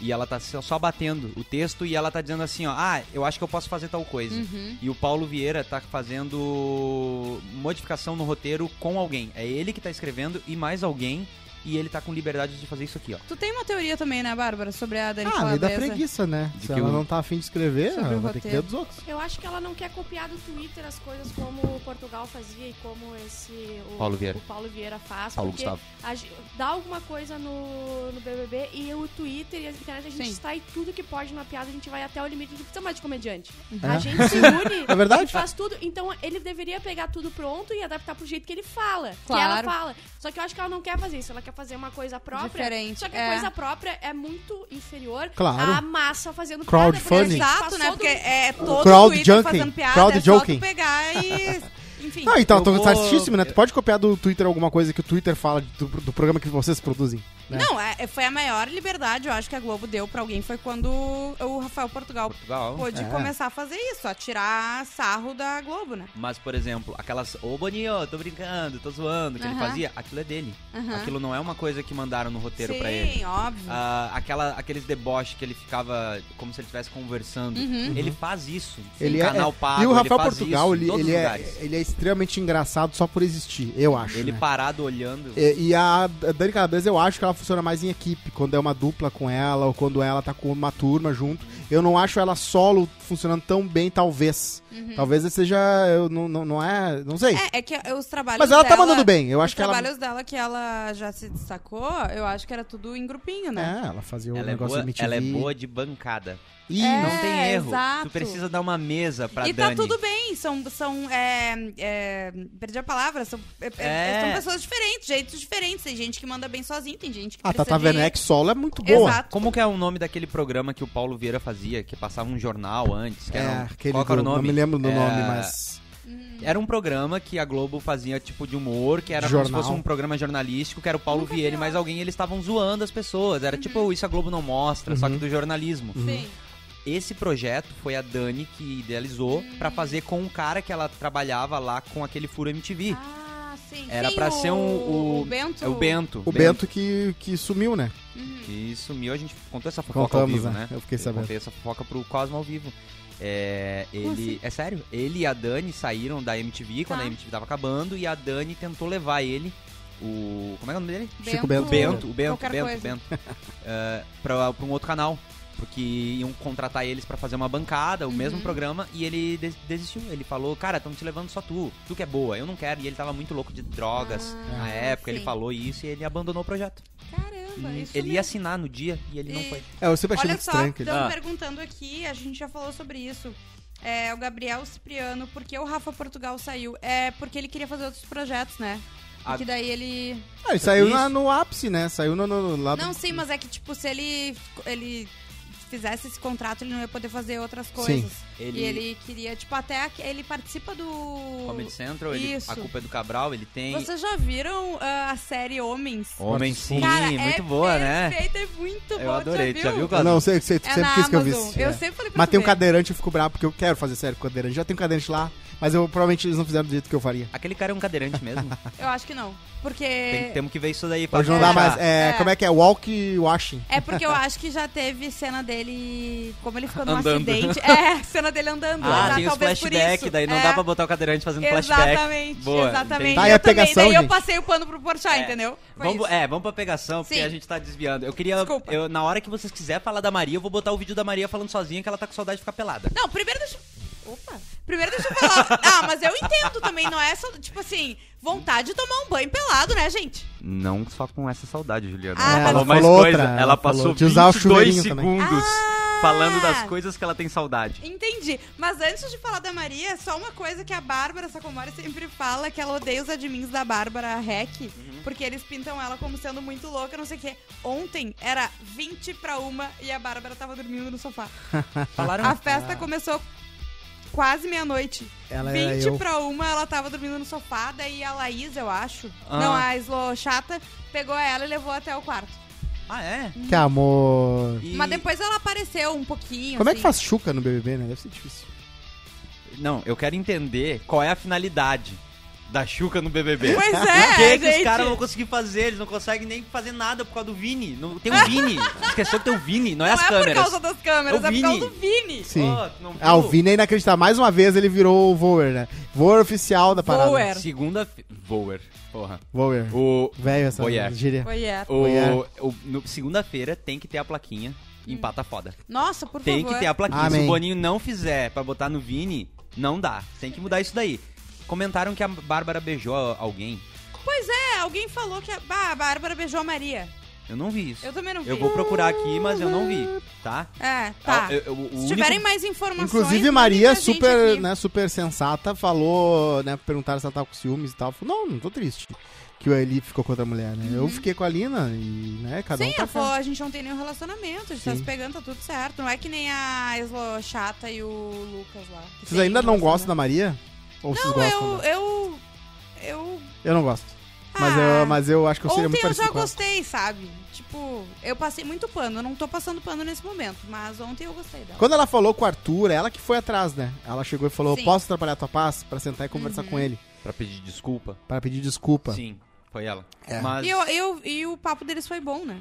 D: E ela tá só só batendo o texto e ela tá dizendo assim, ó, ah, eu acho que eu posso fazer tal coisa.
B: Uhum.
D: E o Paulo Vieira tá fazendo modificação no roteiro com alguém. É ele que tá escrevendo e mais alguém. e ele tá com liberdade de fazer isso aqui, ó.
B: Tu tem uma teoria também, né, Bárbara, sobre a Dani
C: Ah, lei da
B: Calabresa?
C: preguiça, né?
D: De
C: Se
D: que
C: ela
D: o-
C: não tá afim de escrever,
B: Sobre o
C: ela vai ter que ler
B: roteiro.
C: dos outros.
H: Eu acho que ela não quer copiar do Twitter as coisas como o Portugal fazia e como esse o
D: Paulo Vieira.
H: o Paulo Vieira faz.
D: Paulo
H: porque
D: Gustavo.
H: a ge- dá alguma coisa no, no BBB e o Twitter e a internet a gente
B: Sim.
H: está em tudo que pode na piada, a gente vai até o limite, a gente não precisa mais de comediante.
C: É.
H: A gente se une
C: É verdade.
H: e faz tudo. Então ele deveria pegar tudo pronto e adaptar pro jeito que ele fala. Que
B: Claro.
H: ela fala. Só que eu acho que ela não quer fazer isso, ela quer fazer uma coisa própria.
B: Diferente,
H: Só que
B: é.
H: a coisa própria é muito inferior
C: Claro.
H: à massa fazendo piada. porque a gente
C: Crowdfunding.
B: Exato,
H: passou
B: né?
H: do-
B: Porque é todo
C: Crowd
B: Twitter
C: joking.
B: fazendo piada,
C: Crowd
B: é só
C: joking.
B: tu pegar e... Enfim.
C: Não, então,
D: Eu
C: tu
D: vou-
C: tá certíssimo, né? Tu pode copiar do Twitter alguma coisa que o Twitter fala do, do programa que vocês produzem. né?
B: Não, é- é- foi a maior liberdade, eu acho, que a Globo deu pra alguém. Foi quando o Rafael Portugal
D: Portugal.
B: pôde
C: É.
B: começar a fazer isso, a tirar sarro da Globo, né?
D: Mas, por exemplo, aquelas. Ô, Boninho, tô brincando, tô zoando, que ele
B: Aham.
D: fazia, aquilo é dele. Aquilo não é uma coisa que mandaram no roteiro
B: Sim,
D: pra ele.
B: óbvio.
D: Ah, aquela, aqueles deboches que ele ficava como se ele estivesse conversando.
B: Uhum.
D: Ele faz isso.
C: Ele
D: em
C: é,
D: canal pago.
C: e o
D: ele
C: Rafael
D: faz
C: Portugal,
D: isso em
C: ele,
D: todos
C: ele,
D: os
C: é,
D: lugares.
C: ele é extremamente engraçado só por existir, eu acho.
D: Ele
C: né? É,
D: parado olhando.
C: E, e a Dani Calabresa, eu acho que ela funciona mais em equipe, quando é uma dupla com ela ou quando ela tá com uma turma junto. Eu não acho ela solo funcionando tão bem, talvez. Talvez seja. Eu, não, não, não é. Não sei.
B: Uhum. É, é que eh, os trabalhos
C: Mas ela tá
B: dela-
C: mandando bem, eu acho
B: os
C: que ela-
B: trabalhos dela que ela já se destacou, eu acho que era tudo em grupinho, né?
C: É, ela fazia o
D: Ela é,
C: negócio
D: boa,
C: MTV.
D: ela é boa de bancada.
C: Ih,
B: É,
D: não tem erro.
B: exato.
D: Tu precisa dar uma mesa pra
B: e
D: Dani.
B: tá tudo bem, são. são é, é, perdi a palavra, são, é, é,
D: É.
B: são pessoas diferentes, jeitos diferentes. Tem gente que manda bem sozinha, tem gente que.
C: A
B: precisa
C: Ah, Tata
B: de-
C: Werneck solo tá, é muito boa.
B: Exato.
D: Como que é o nome daquele programa que o Paulo Vieira fazia, que passava um jornal antes? Que
C: É,
D: era um-
C: aquele
D: Qual que era o
C: do-
D: nome?
C: Não me lembro do
D: É,
C: nome, mas.
D: Era um programa que a Globo fazia tipo de humor, que era
C: De
D: como se
C: jornal.
D: fosse um programa jornalístico, que era o Paulo
H: Nunca vi Uhum.
D: Vieira e
H: lá.
D: mais alguém, e eles estavam zoando as pessoas. Era tipo, isso a Globo não mostra, só
C: Uhum.
D: que do jornalismo.
B: Sim.
D: Esse projeto foi a Dani que idealizou
H: Hum.
D: pra fazer com um cara que ela trabalhava lá com aquele furo MTV.
B: Ah, sim.
D: Era
B: Sim,
D: pra ser um-
B: o,
D: o-
B: o
H: Ah,
B: Bento.
D: É o Bento.
C: O Bento que, que sumiu, né?
D: Que sumiu, a gente contou essa fofoca
C: Contamos,
D: ao vivo,
C: né?
D: né?
C: Eu fiquei sabendo.
D: contei essa fofoca pro Cosmo ao vivo. É, ele, é sério, ele e a Dani saíram da MTV quando
B: assim? Tá.
D: a MTV tava acabando e a Dani tentou levar ele, o. Como é o nome dele?
C: Chico Bento.
D: O Bento, o Bento,
B: Qualquer
D: o Bento,
B: coisa.
D: o Bento. eh, pra, pra um outro canal. Porque iam contratar eles pra fazer uma bancada, o mesmo
B: Uhum.
D: programa, e ele des- desistiu. Ele falou, cara, estão te levando só tu, tu que é boa, eu não quero. E ele tava muito louco de drogas
B: Ah,
D: na época,
B: sim.
D: ele falou isso e ele abandonou o projeto.
B: Caramba, isso
D: Hum. ele
B: mesmo.
D: ia assinar no dia e ele não
B: E-
D: foi.
C: É, eu sempre achei
B: Olha
C: muito
B: só,
C: estranho. que ele-
B: estão
D: Ah.
B: perguntando aqui, a gente já falou sobre isso. É, o Gabriel Cipriano, por que o Rafa Portugal saiu? É porque ele queria fazer outros projetos, né?
D: Ah.
B: E que daí ele.
C: Ah, ele saiu
D: Isso.
C: na- no ápice, né? Saiu no, no, lá do-
B: Não, sim, mas é que, tipo, se ele, ele fizesse esse contrato, ele não ia poder fazer outras
C: Sim.
B: coisas.
D: Ele-
B: E ele queria, tipo, até. aqui- Ele participa do.
D: Comedy Central, ele,
B: Isso.
D: a culpa é do Cabral, ele tem.
B: Vocês já viram ah, a série Homens?
D: Homem sim,
B: Cara,
D: muito
B: é
D: boa, né?
B: perfeita, é muito
D: Eu
B: boa,
D: adorei,
B: tu
D: tu já viu,
C: Ah,
D: Cosmo?
C: Não, sei, sei, tu
B: É
C: sempre
B: na
C: quis que eu
B: Amazon.
C: visse.
B: Eu
C: é.
B: sempre falei pra
C: Mas
B: tu
C: tem um
B: ver.
C: cadeirante, eu fico bravo porque eu quero fazer série com cadeirante. Já tem um cadeirante lá, mas eu provavelmente eles não fizeram do jeito que eu faria.
D: Aquele cara é um cadeirante mesmo.
B: Eu acho que não. Porque.
D: Tem- temos que ver isso daí pra
C: Hoje não dá
D: fechar.
C: mais. É,
B: É.
C: Como é que é? Walk washing.
D: um
B: É porque eu acho que já teve cena dele. Como ele ficou num
D: Andando.
B: acidente. É, cena dele andando.
D: Ah,
B: tá?
D: tem os
B: Talvez por isso.
D: flashback, daí não
B: É,
D: dá pra botar o cadeirante fazendo
B: Exatamente,
D: um flashback. Boa,
B: exatamente.
D: entendi.
C: Tá, e a
B: eu também,
C: pegação,
B: daí eu
C: gente?
B: passei o pano pro Porchat, entendeu? Foi
D: Vamos,
B: isso.
D: é, vamos pra pegação, porque
B: Sim.
D: a gente tá desviando. Eu queria.
B: Desculpa.
D: Eu, na hora que vocês quiserem falar da Maria, eu vou botar o vídeo da Maria falando sozinha que ela tá com saudade de ficar pelada.
B: Não, primeiro deixa. eu- Opa! Primeiro deixa eu falar. Ah, mas eu entendo também, não é só. Tipo assim, vontade de tomar um banho pelado, né, gente?
D: Não só com essa saudade, Juliana.
B: Ah, mas-
C: Ela falou outra, ela falou de usar o chuveirinho também.
B: Ah!
D: coisas que ela tem saudade.
B: Entendi. Mas antes de falar da Maria, só uma coisa que a Bárbara Sacomori sempre fala, que ela odeia os admins da Bárbara Rec,
D: Uhum.
B: porque eles pintam ela como sendo muito louca, não sei o quê. Ontem era 20 pra uma e a Bárbara tava dormindo no sofá.
D: Falaram
B: A festa começou quase meia-noite.
C: Ela era
B: 20
C: eu.
B: pra uma, ela tava dormindo no sofá, daí a Laís, eu acho,
D: Ah.
B: não, a Slo Chata, pegou ela e levou até o quarto.
D: Ah, é?
C: Que amor.
D: E-
B: Mas depois ela apareceu um pouquinho,
C: Como é que
B: assim.
C: faz chuca no BBB, né? Deve ser difícil.
D: Não, eu quero entender qual é a finalidade. da Xuca no BBB.
B: Pois é,
D: Por que, que
B: gente.
D: os caras não conseguir fazer? Eles não conseguem nem fazer nada por causa do Vini. Não, tem o Vini. Esqueceu que tem o Vini, não é
B: Não
D: as
B: é por
D: câmeras.
B: causa das câmeras,
D: É o
B: é por causa
D: Vini.
B: do Vini.
C: Sim.
D: Ó, tu não
C: Ah, o
D: viu?
C: Vini é inacreditável. Mais uma vez ele virou o Voer, né? Voer oficial da parada.
B: Voer.
D: Segunda. Voer. Porra.
C: Voer.
D: O.
C: Velho essa
D: Voyeur.
C: gíria.
B: Foi é.
C: Voyeur.
D: O, o- no- Segunda-feira tem que ter a plaquinha. Empata foda.
B: Nossa, Hum. por
D: Tem
B: favor.
D: que ter a plaquinha. Se
C: Amém.
D: o Boninho não fizer pra botar no Vini, não dá. Tem que mudar isso daí. Comentaram que a Bárbara beijou alguém.
B: Pois é, alguém falou que a, bah, a Bárbara beijou a Maria.
D: Eu não vi isso.
B: Eu também não vi.
D: Eu vou procurar aqui, mas eu não vi, tá?
B: É,
C: Ah,
B: tá.
D: Eu- eu- o
B: Se
D: único-
B: tiverem mais informações.
C: Inclusive,
B: mandem
C: Maria,
B: pra gente
C: super,
B: aqui.
C: né, super sensata, falou, né? Perguntaram se ela tava com ciúmes e tal. Falou, não, não tô triste. Que o Eli ficou com outra mulher, né? Eu fiquei com a Lina e, né, cada
B: Uhum. Sim,
C: um.
B: ela
C: Tá
B: falou, a gente não tem nenhum relacionamento, a gente tá
C: Sim.
B: se pegando, tá tudo certo. Não é que nem a Eslo Chata e o Lucas lá. que
C: Vocês
B: tem
C: ainda não
B: relacionamento.
C: gostam da Maria? Ou vocês
B: Não,
C: gostam?
B: eu,
C: dela?
B: eu. Eu.
C: Eu não gosto. Mas,
B: Ah.
C: eu, mas eu acho que eu seria
B: Ontem eu
C: muito parecido
B: já
C: com ela.
B: gostei, sabe? Tipo, eu passei muito pano. Eu não tô passando pano nesse momento, mas ontem eu gostei dela.
C: Quando ela falou com o Arthur, ela que foi atrás, né? Ela chegou e falou:
B: Sim. Uhum.
C: Posso atrapalhar a tua paz? Pra sentar e conversar com ele.
D: Pra pedir desculpa.
C: Pra pedir desculpa.
D: Sim, foi ela.
C: É.
D: Mas
B: E, eu, eu- e o papo deles foi bom, né?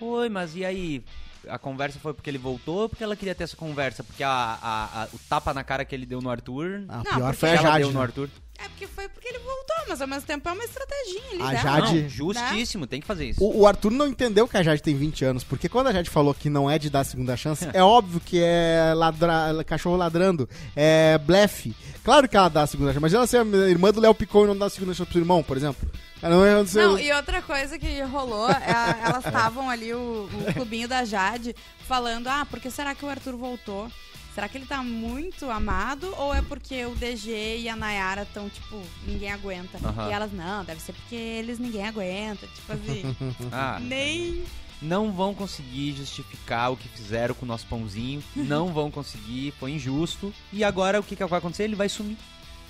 D: foi, mas e aí? A conversa foi porque ele voltou ou porque ela queria ter essa conversa? Porque a, a- a- o tapa na cara que ele deu no Arthur.
C: A
B: Não,
C: pior
B: porque
C: Ah, foi
D: que
C: a
D: ela
C: Jade.
D: deu no
C: né?
D: Arthur.
B: É porque foi porque ele voltou, mas ao mesmo tempo é uma estratégia ali
C: A
B: dela.
C: Jade-
D: Não, justíssimo, tem que fazer isso.
C: O, o Arthur não entendeu que a Jade tem 20 anos, porque quando a Jade falou que não é de dar segunda chance, é óbvio que é ladra- cachorro ladrando, é blefe. Claro que ela dá a segunda chance, mas ela ser a irmã do Léo Picon e não dá a segunda chance pro seu irmão, por exemplo. Ela não, é- não sei-
B: Não, e outra coisa que rolou, é, elas estavam ali, o, o clubinho da Jade, falando, ah, por que será que o Arthur voltou? Será que ele tá muito amado? Ou é porque o DG e a Nayara estão, tipo, ninguém aguenta?
D: Aham.
B: E elas, não, deve ser porque eles ninguém aguenta. Tipo assim,
D: Ah,
B: nem...
D: não vão conseguir justificar o que fizeram com o nosso pãozinho.
B: Uhum.
D: Não vão conseguir, foi injusto. E agora o que, que vai acontecer? Ele vai sumir.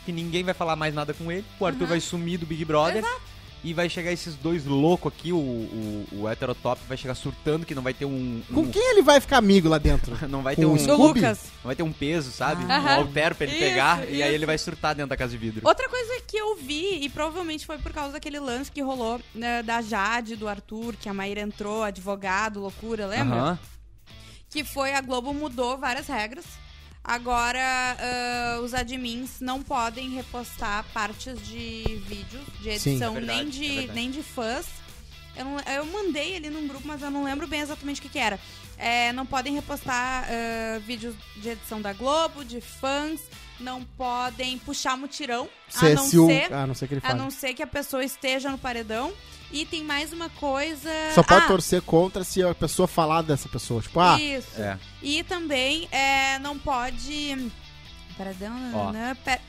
D: Que ninguém vai falar mais nada com ele. O
B: Uhum.
D: Arthur vai sumir do Big Brother. E vai chegar esses dois loucos aqui, o, o, o heterotop vai chegar surtando que não vai ter um. um-
C: Com quem ele vai ficar amigo lá dentro?
D: Não vai
C: Com
D: ter um.
C: o
B: Do
C: Scooby?
D: Não
B: Lucas.
D: vai ter um peso, sabe?
B: Ah.
D: Um halter pra ele
B: Isso,
D: pegar. E aí
B: isso.
D: ele vai surtar dentro da casa de vidro.
B: Outra coisa que eu vi, e provavelmente foi por causa daquele lance que rolou né, da Jade, do Arthur, que a Maíra entrou, advogado, loucura, lembra?
D: Aham.
B: que foi a Globo mudou várias regras. Agora ah, os admins não podem repostar partes de vídeos, de
C: Sim.
B: edição,
D: É verdade,
B: nem,
D: é
B: de,
D: verdade.
B: nem de fãs. Eu, não- eu mandei ali num grupo, mas eu não lembro bem exatamente o que, que era. É, não podem repostar ah, vídeos de edição da Globo, de fãs, não podem puxar mutirão, a não
C: se o-
B: ser
C: Ah, não sei o que ele
B: a
C: fala.
B: não ser que a pessoa esteja no paredão. E tem mais uma coisa.
C: Só pode
B: Ah,
C: torcer contra se a pessoa falar dessa pessoa. Tipo, ah,
B: Isso.
D: É.
B: E também é, não pode. Paradão,
D: Ó.
B: né? Pe-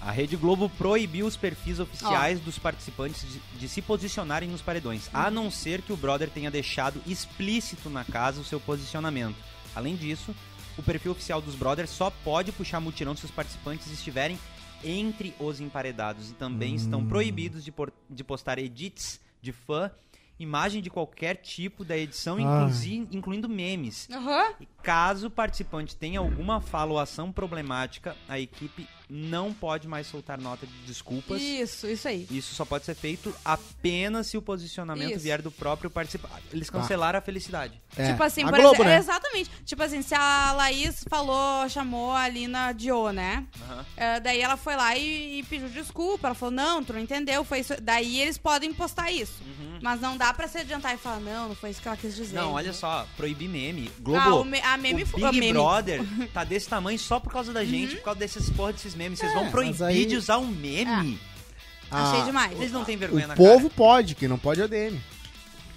D: A Rede Globo proibiu os perfis oficiais dos participantes de, de se posicionarem nos paredões, a não ser que o brother tenha deixado explícito na casa o seu posicionamento. Além disso, o perfil oficial dos brothers só pode puxar mutirão se os participantes estiverem entre os emparedados e também estão proibidos de, por- de postar edits de fã, imagem de qualquer tipo da edição, inclusi- incluindo memes.
B: Aham.
D: E Caso o participante tenha alguma fala ou ação problemática, a equipe não pode mais soltar nota de desculpas.
B: Isso, isso aí.
D: Isso só pode ser feito apenas se o posicionamento
B: Isso.
D: vier do próprio participante. Eles cancelaram a felicidade.
C: é,
B: Tipo assim,
C: a
B: por
C: Globo,
B: exemplo.
C: né?
B: Exatamente. Tipo assim, se a Laís falou, chamou a Lina Dio, né? É, daí ela foi lá e, e pediu desculpa. Ela falou, não, tu não entendeu, foi isso. Daí eles podem postar isso. Mas não dá pra se adiantar e falar, não, não foi isso que ela quis dizer.
D: Não, olha só, proibir meme.
B: Ah, o
D: Globo.
B: me- a meme
D: o
B: foi.
D: Big
B: a meme. Uhum.
D: Brother tá desse tamanho só por causa da gente, por causa desses porra desses memes.
B: É,
D: Vocês vão proibir
C: aí-
D: de usar um meme?
B: Achei
C: Ah,
B: demais.
D: Vocês não têm vergonha
C: O
D: na
C: povo
D: cara.
C: pode, quem não pode é o DM.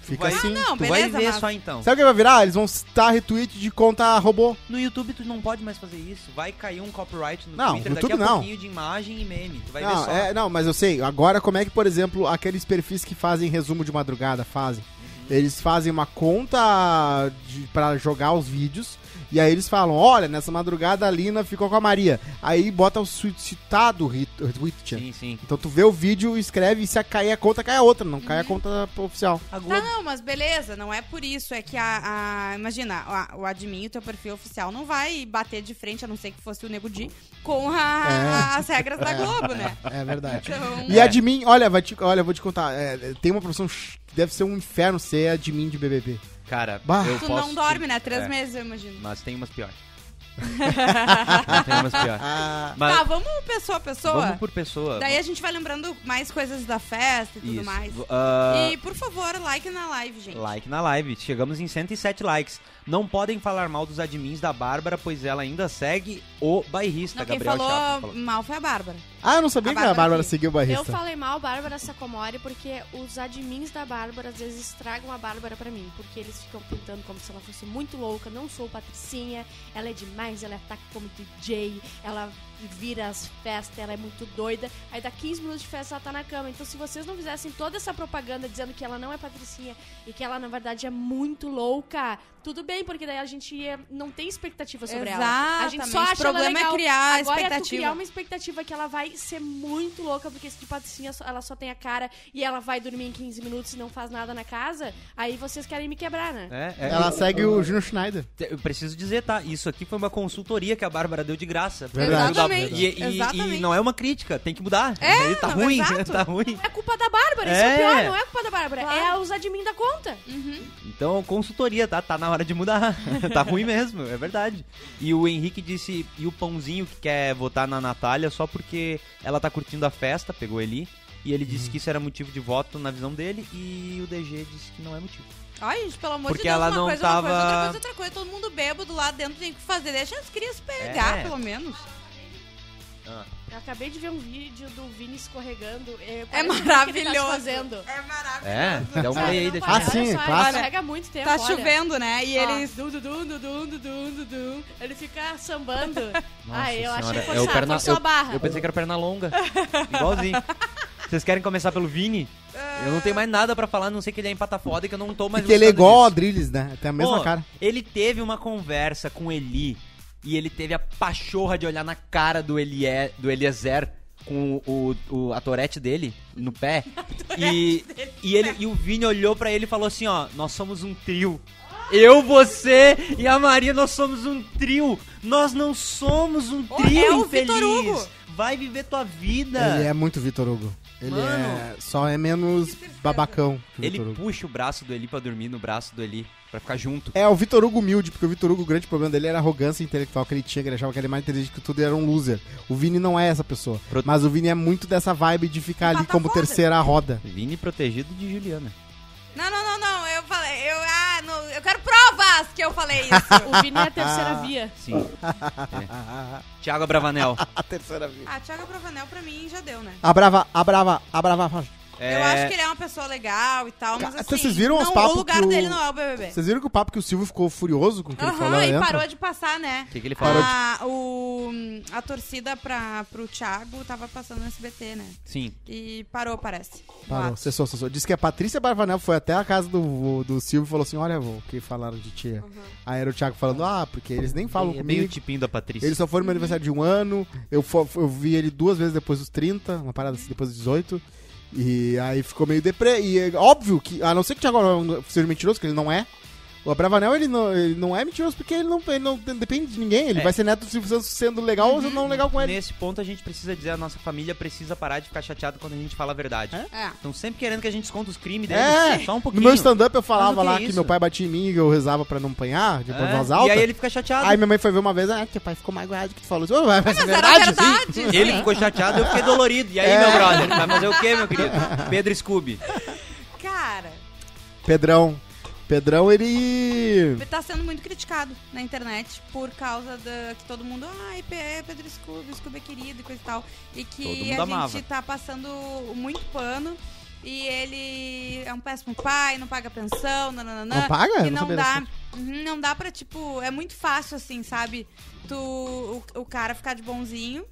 C: Fica
D: vai-
C: assim.
B: Ah, Não,
D: Tu vai
B: beleza,
D: ver
B: mas-
D: só então.
C: Sabe o que vai virar? Eles vão citar retweet de conta robô.
D: No YouTube tu não pode mais fazer isso. Vai cair um copyright no
C: Não,
D: Twitter
C: no
D: daqui a
C: YouTube não.
D: pouquinho de imagem e meme. Tu vai ver
C: Não,
D: só.
C: é, não, mas eu sei. Agora, como é que, por exemplo, aqueles perfis que fazem resumo de
D: Uhum.
C: madrugada fazem? Eles fazem uma conta de, pra jogar os vídeos E aí eles falam: olha, nessa madrugada a Lina ficou com a Maria. Aí bota o suicitado Richard.
D: Sim, sim.
C: Então tu vê o vídeo, escreve, e se cair a conta, cai a outra, não
D: Uhum.
C: cai a conta oficial.
D: A Globo-
B: Tá, não, mas beleza, não é por isso. É que a. a- imagina, a- o admin, o teu perfil oficial, não vai bater de frente, a não ser que fosse o Nego Di, com
D: É.
B: a- as regras da Globo, né?
C: É verdade.
B: Então.
C: E admin, olha, vai te- olha, eu vou te contar. é, tem uma profissão ch- que deve ser um inferno ser admin de BBB.
D: Cara,
C: Bah.
D: eu
B: Tu
D: posso
B: não dorme,
D: te-
B: né? Três
D: é,
B: meses, eu imagino.
D: Mas tem umas piores. Mas tem umas piores.
C: Ah,
D: Mas
B: Tá, vamos pessoa a pessoa.
D: vamos por pessoa.
B: Daí a gente vai lembrando mais coisas da festa e tudo
D: Isso.
B: mais.
D: Ah,
B: E, por favor, like na live, gente.
D: Like na live. Chegamos em 107 likes. Não podem falar mal dos admins da Bárbara, pois ela ainda segue o bairrista,
B: Não, quem
D: tá Gabriel
B: falou
D: Chapa. falou.
B: mal foi a Bárbara.
C: ah, eu não sabia
B: A
C: que a
B: Bárbara
C: Bárbara
B: aqui.
C: seguiu o
H: Eu
C: barrista.
H: falei mal Bárbara Sacomori porque os admins da Bárbara às vezes estragam a Bárbara pra mim. Porque eles ficam pintando como se ela fosse muito louca. Não sou patricinha, ela é demais, ela ataca como DJ, ela vira as festas, ela é muito doida. Aí dá 15 minutos de festa ela tá na cama. Então se vocês não fizessem toda essa propaganda dizendo que ela não é patricinha e que ela na verdade é muito louca, tudo bem, porque daí a gente ia- não tem expectativa sobre ela. A gente só
B: Exatamente.
H: acha
B: O problema
H: ela legal.
B: é criar a
H: Agora é tu
B: expectativa.
H: criar uma expectativa que ela vai ser muito louca, porque se de patricinha só- ela só tem a cara e ela vai dormir em 15 minutos e não faz nada na casa, aí vocês querem me quebrar, né?
D: É, é,
C: Ela segue o Júnior Schneider.
D: Te- Eu preciso dizer, tá? Isso aqui foi uma consultoria que a Bárbara deu de graça. pra
C: Verdade.
D: ajudar-
B: Exatamente,
D: E, e- e
B: exatamente.
D: não é uma crítica, tem que mudar. É, tá
B: não,
D: ruim,
B: exato.
D: tá ruim.
H: É culpa da Bárbara, isso
D: É.
H: é pior, não é culpa da Bárbara.
B: Claro.
H: É os admin da conta.
D: Então, consultoria, tá? Tá na hora de mudar. tá ruim mesmo, é verdade. E o Henrique disse, e o Pãozinho que quer votar na Natália só porque ela tá curtindo a festa, pegou ele. E ele
C: Uhum.
D: disse que isso era motivo de voto na visão dele. E o DG disse que não é motivo.
B: Ai, gente, pelo amor
D: Porque
B: de Deus,
D: ela
B: uma
D: não
B: coisa,
D: tava-
B: uma coisa, outra coisa, outra coisa. Todo mundo bêbado lá dentro tem o que fazer. Deixa as crias pegar,
D: É.
B: pelo menos.
H: Eu acabei de ver um vídeo do Vini escorregando. É,
B: É
H: parece muito o que ele tá se
B: maravilhoso.
H: fazendo.
B: É maravilhoso.
D: É, dá um
H: Sabe,
D: play aí,
H: não
D: deixa eu
H: vai,
D: ver.
C: Ah, sim,
H: olha só,
C: claro.
H: Ele escorrega há muito tempo.
B: Tá
H: olha.
B: chovendo, né? E
H: Ó.
B: eles.
H: Dum, dum, dum, dum, dum, dum, dum, dum. Ele fica sambando.
D: Nossa
H: Ai, Ah, eu achei
D: senhora,
H: forçado,
D: é o perna-
H: forçou a
D: eu-
H: barra.
D: Eu pensei que era perna longa. Igualzinho. Vocês querem começar pelo Vini? Eu não tenho mais nada pra falar, a não sei que ele é empata foda e que eu não tô mais
C: Porque ele é
D: gostando
C: igual ao
D: disso.
C: Adrilles, né? Tem a mesma
D: Pô,
C: cara.
D: Ele teve uma conversa com o Eli e ele teve a pachorra de olhar na cara do, Elie, do Eliezer com o, o- a torete dele no pé. e, e, ele, e o Vini olhou pra ele e falou assim: ó, nós somos um trio. Eu, você e a Maria, nós somos um trio. Nós não somos um trio
B: é o
D: infeliz.
B: Vitor Hugo.
D: Vai viver tua vida.
C: Ele é muito Vitor Hugo. Ele
D: Mano.
C: é. Só é menos babacão que o
D: Ele
C: Vitor Hugo.
D: puxa o braço do Eli pra dormir no braço do Eli, pra ficar junto.
C: É, o Vitor Hugo humilde, porque o Vitor Hugo, o grande problema dele era a arrogância intelectual que ele tinha, que ele achava que ele era mais inteligente que tudo e era um loser. O Vini não é essa pessoa.
D: Pro-
C: Mas o Vini é muito dessa vibe de ficar ali
B: Empata
C: como
B: foda.
C: terceira roda.
D: Vini protegido de Juliana.
B: Não, não, não, não. Eu falei. Eu, ah, não, eu quero provas que eu falei isso.
H: O Vini é a terceira via.
D: Sim. É. Tiago Bravanel.
C: A terceira vida.
B: ah, Thiago Provanel pra mim já deu, né?
C: Abrava, abrava, abrava. faz.
B: Eu acho que ele é uma pessoa legal e tal, mas
C: Ca-
B: assim.
C: vocês viram os
B: não,
C: papos
B: O lugar
C: que o-
B: dele não é o BBB.
C: Vocês viram que o papo que o Silvio ficou furioso com o que ele falou
B: Aham,
C: lá
B: e
C: dentro?
B: parou de passar, né?
D: O que, que ele falou?
C: Ah,
B: A, o, a torcida pra, pro Thiago tava passando no SBT, né?
D: Sim.
B: E parou, parece.
C: Parou,
B: Boatos.
C: cessou, cessou. Disse que a Patrícia Barvanel foi até a casa do, do Silvio e falou assim: Olha, vô, o que falaram de tia. Aí era o Thiago falando: Ah, porque eles nem falam
D: é meio
C: comigo.
D: tipinho da Patrícia.
C: Ele só foi no meu aniversário de um ano. Eu, fo- eu vi ele duas vezes depois dos 30, uma parada assim, depois dos 18. E aí ficou meio deprê. E é óbvio que, a não ser que o Thiago Abravanel seja mentiroso, que ele não é. O Abravanel, ele não, ele não é mentiroso porque ele não, ele não depende de ninguém. Ele
D: É.
C: vai ser neto do Silvio Santos sendo legal ou sendo não legal com ele.
D: Nesse ponto a gente precisa dizer, a nossa família precisa parar de ficar chateada quando a gente fala a verdade.
C: É?
B: É.
D: Estão sempre querendo que a gente esconda os crimes deles.
C: É,
D: Só um
C: no
D: pouquinho.
C: meu stand-up eu falava
D: Mas o que
C: lá
D: é
C: que
D: isso?
C: meu pai batia em mim e eu rezava pra não apanhar, de
D: É,
C: voz alta.
D: E aí ele fica chateado.
C: Aí minha mãe foi ver uma vez, ah, teu pai ficou magoado que tu falou isso. Ô, mas é
B: Mas era
C: verdade?
B: verdade.
D: Sim. Ele ficou chateado, eu fiquei dolorido. E aí,
C: É.
D: meu brother? Vai fazer o quê, meu querido? Pedro Scooby.
B: Cara,
C: Pedrão. Pedrão, ele...
B: ele tá sendo muito criticado na internet por causa da que todo mundo, ai, Pe- Pedro Scooby, Scooby é querido e coisa e tal. E
D: Todo
B: que a
D: mundo
B: gente
D: amava.
B: tá passando muito pano. E ele é um péssimo pai, não paga pensão, nananã.
C: Não paga?
B: E
C: É, Não
B: não
C: sabia
B: dá,
C: dessa.
B: Uhum, não dá pra, tipo, é muito fácil, assim, sabe? Tu, o, o cara ficar de bonzinho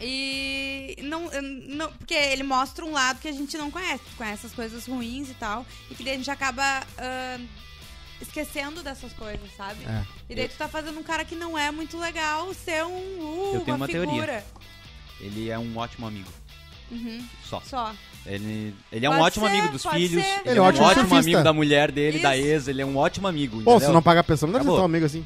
B: e não, não... Porque ele mostra um lado que a gente não conhece, conhece as coisas ruins e tal, e que daí a gente acaba ah, esquecendo dessas coisas, sabe?
C: É.
B: E daí tu tá fazendo um cara que não é muito legal ser um, uh,
D: Eu tenho uma teoria.
B: figura.
D: Ele é um ótimo amigo.
B: Uhum,
D: Só.
B: só.
D: Ele, ele é um
B: Pode
D: ótimo
B: ser,
D: amigo dos
B: pode
D: filhos.
B: ser.
C: Ele é um ótimo surfista.
D: amigo da mulher dele, da
B: Isso.
D: ex. Ele é um ótimo amigo.
C: Pô,
D: entendeu?
C: se não pagar a pensão, não deve ser
D: Acabou.
C: tão amigo assim.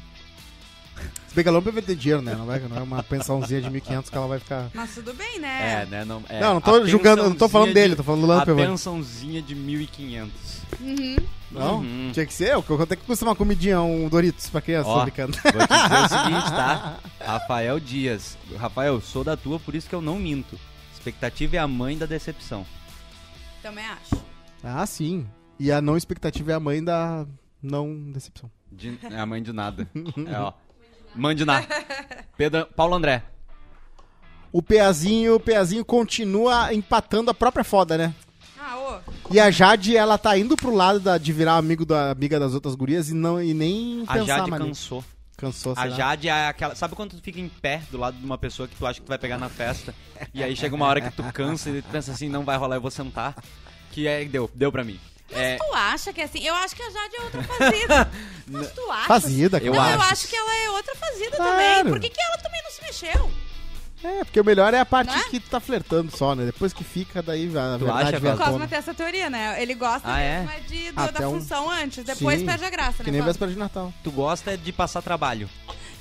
C: Se bem que ela não vai ter dinheiro, né? Não, vai, não é uma pensãozinha de 1.500 que ela vai ficar...
B: Mas tudo bem,
D: É,
B: né?
D: né? Não, é,
C: Não, não
D: a
C: tô
D: pensãozinha
C: julgando, eu não tô falando dele,
D: de-
C: tô falando do Tá
D: A
C: Lamp, velho.
D: pensãozinha de 1.500.
C: Não?
D: Uhum.
C: Tinha que ser? Quanto é que custa uma comidinha, um Doritos pra criança?
D: Ó.
C: Tô brincando.
D: Vou te dizer o seguinte, tá? Rafael Dias. Rafael, sou da tua, por isso que eu não minto. Expectativa é a mãe da decepção.
B: Também acho.
C: Ah, sim. E a não expectativa é a mãe da não decepção.
D: De- é a mãe de nada. É, ó. Mãe de nada. Pedro, Paulo André.
C: O Peazinho, o Peazinho continua empatando a própria foda, né?
B: Ah, ô.
C: E a Jade, ela tá indo pro lado da- de virar amigo da amiga das outras gurias e, não, e nem
D: A
C: pensar
D: Jade
C: mais nisso.
D: cansou.
C: Cansou,
D: A
C: será?
D: Jade é aquela. Sabe quando tu fica em pé do lado de uma pessoa que tu acha que tu vai pegar na festa? E aí chega uma hora que tu cansa e tu pensa assim, não vai rolar, eu vou sentar. Que é, deu, deu pra mim. É,
B: Tu acha que é assim? Eu acho que a Jade é outra fazida. Mas tu acha?
C: Fazida,
B: Não,
D: Eu
C: claro.
B: eu
D: acho.
B: acho que ela é outra fazida
C: Claro.
B: também. Por que, que ela também não se mexeu?
C: É, porque o melhor é a parte
B: Né?
C: que tu tá flertando só, né? Depois que fica, daí a
D: Tu
C: verdade
D: acha,
C: vem à
B: O
D: Vasco?
C: tona.
B: Cosma tem essa teoria, né? Ele gosta
D: Ah, é?
B: mesmo é? de, do-
C: Até
B: da
C: um-
B: função antes, depois
C: Sim.
B: perde a graça,
C: Que
B: né?
C: nem
B: Cosma?
C: véspera de Natal.
D: tu gosta é de passar trabalho.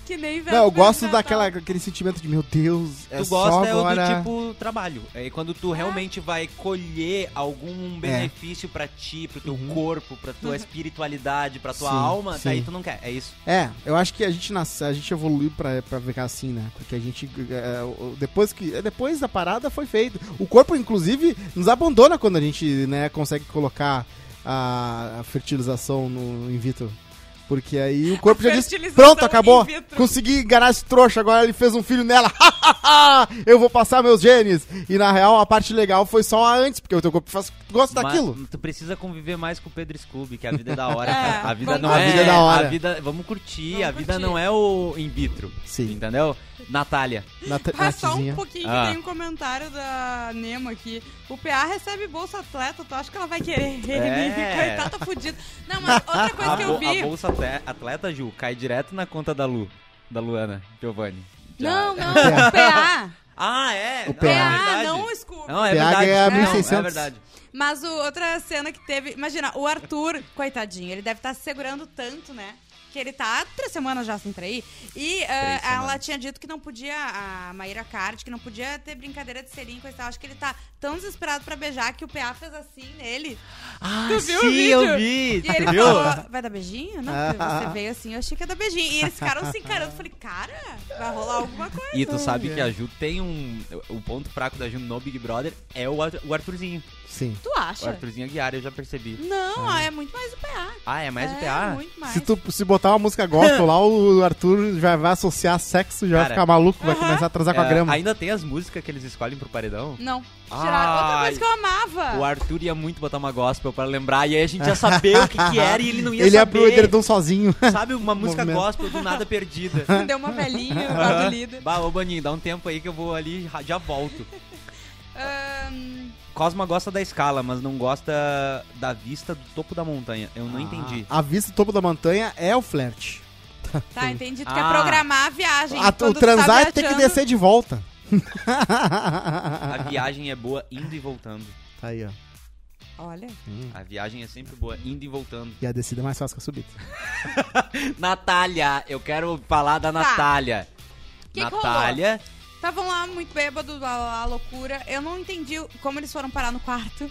B: Que nem véspera
C: Não, eu gosto
B: de
C: daquela,
B: Natal.
C: aquele sentimento de, meu Deus, é
D: tu
C: só
D: gosta
C: agora...
D: é o do tipo trabalho. É quando tu realmente vai colher
C: É.
D: algum benefício pra ti, pro teu corpo, pra tua espiritualidade, pra tua
C: Uhum. Sim,
D: alma, daí
C: sim.
D: tu não quer. É isso.
C: É, eu acho que a gente nasce, a gente evoluiu pra, pra ficar assim, né? Porque a gente. é, o- depois que. é, Depois da parada foi feito. O corpo, inclusive, nos abandona quando a gente né, consegue colocar a, a fertilização no in vitro. Porque aí o corpo já diz.
B: fertilização
C: Pronto, acabou!
B: in vitro."
C: Consegui enganar esse trouxa, agora ele fez um filho nela. eu vou passar meus genes. E na real, a parte legal foi só a antes, porque o teu corpo faz, gosta
D: Mas
C: daquilo.
D: Tu precisa conviver mais com o Pedro Scooby, que a vida é da hora,
B: É,
D: cara. A vida
B: vamos
D: não
C: A
D: é.
C: vida é da hora.
D: a vida- vamos curtir,
B: Vamos
D: a vida
B: curtir.
D: não é o in vitro.
C: Sim.
D: Entendeu? Natália.
C: Na, te- na
B: Ah, só um
C: tizinha.
B: pouquinho
D: Ah.
B: que tem um comentário da Nemo aqui. O PA recebe bolsa atleta, tu acha que ela vai querer
D: É.
B: ele? Coitado, tá fudido. Não, mas outra coisa
D: A,
B: que
D: bo-
B: eu
D: a
B: vi.
D: bolsa atle- atleta, Ju, cai direto na conta da Lu. Da Luana Giovanni. Já- é.
B: Não, não, o PA.
D: Ah, é?
C: O
D: Não,
C: PA,
D: é
B: PA,
D: verdade.
B: não o Scooby.
D: Não, é
C: PA
D: verdade.
C: ganha
D: Não,
C: 1.600.
D: é verdade.
B: Mas o- outra cena que teve. Imagina, o Arthur, coitadinho, ele deve estar se segurando tanto, né? Que ele tá há três semanas já sem trair. E ah, ela
D: semanas.
B: tinha dito que não podia, a Maíra Card, que não podia ter brincadeira de selinho e coisa e tal. Acho que ele tá tão desesperado pra beijar que o PA fez assim nele.
D: Ah,
B: Tu viu o
D: sim, eu
B: vídeo?
D: vi.
B: E
D: Tu
B: ele
D: viu?
B: falou: assim, vai dar beijinho? Não, porque você veio assim, eu achei que ia dar beijinho. E eles ficaram se encarando. Eu Falei, cara, vai rolar alguma coisa.
D: E tu sabe que a Ju tem um... O ponto fraco da Ju no Big Brother é o, Ar- o Arthurzinho.
C: Sim.
B: Tu
D: O
B: acha?
D: Arthurzinho Aguiar, eu já percebi.
B: Não, é muito mais o PA.
D: Ah, é mais
B: é,
D: o PA?
B: muito mais.
C: Se tu se botar uma música gospel lá, o Arthur já vai associar sexo, já vai
D: Cara,
C: ficar maluco, vai começar a transar Tá com a
D: É,
C: grama.
D: Ainda tem as músicas que eles escolhem pro paredão?
B: Não. Tiraram outra
D: Ai.
B: coisa que eu amava.
D: O Arthur ia muito botar uma gospel pra lembrar, e aí a gente ia saber o que, que era e ele não ia
C: Ele
D: saber.
C: abriu o edredom sozinho.
D: Sabe, uma música
C: Movimento.
D: gospel do nada perdida.
B: Deu uma velhinha, um
D: Aham.
B: do líder.
D: Bah, ô Boninho, dá um tempo aí que eu vou ali, ra- já volto. Cosma gosta da escala, mas não gosta da vista do topo da montanha. Eu
C: Ah.
D: não entendi.
C: A vista do topo da montanha é o flerte.
B: tá, entendi. Tu
D: Ah.
B: quer programar a viagem.
C: A- o
B: Quando tu tá
C: Ah, transar tem que
B: viajando-
C: descer de volta.
D: A viagem é boa indo e voltando.
C: Tá aí, ó.
B: Olha.
C: Hum.
D: A viagem é sempre boa indo e voltando.
C: E a descida é mais fácil que a subida.
D: Natália, eu quero falar da Natália.
B: Tá. Que que
D: Natália,
B: Estavam lá muito bêbados, lá, lá, lá, loucura. Eu não entendi como eles foram parar no quarto.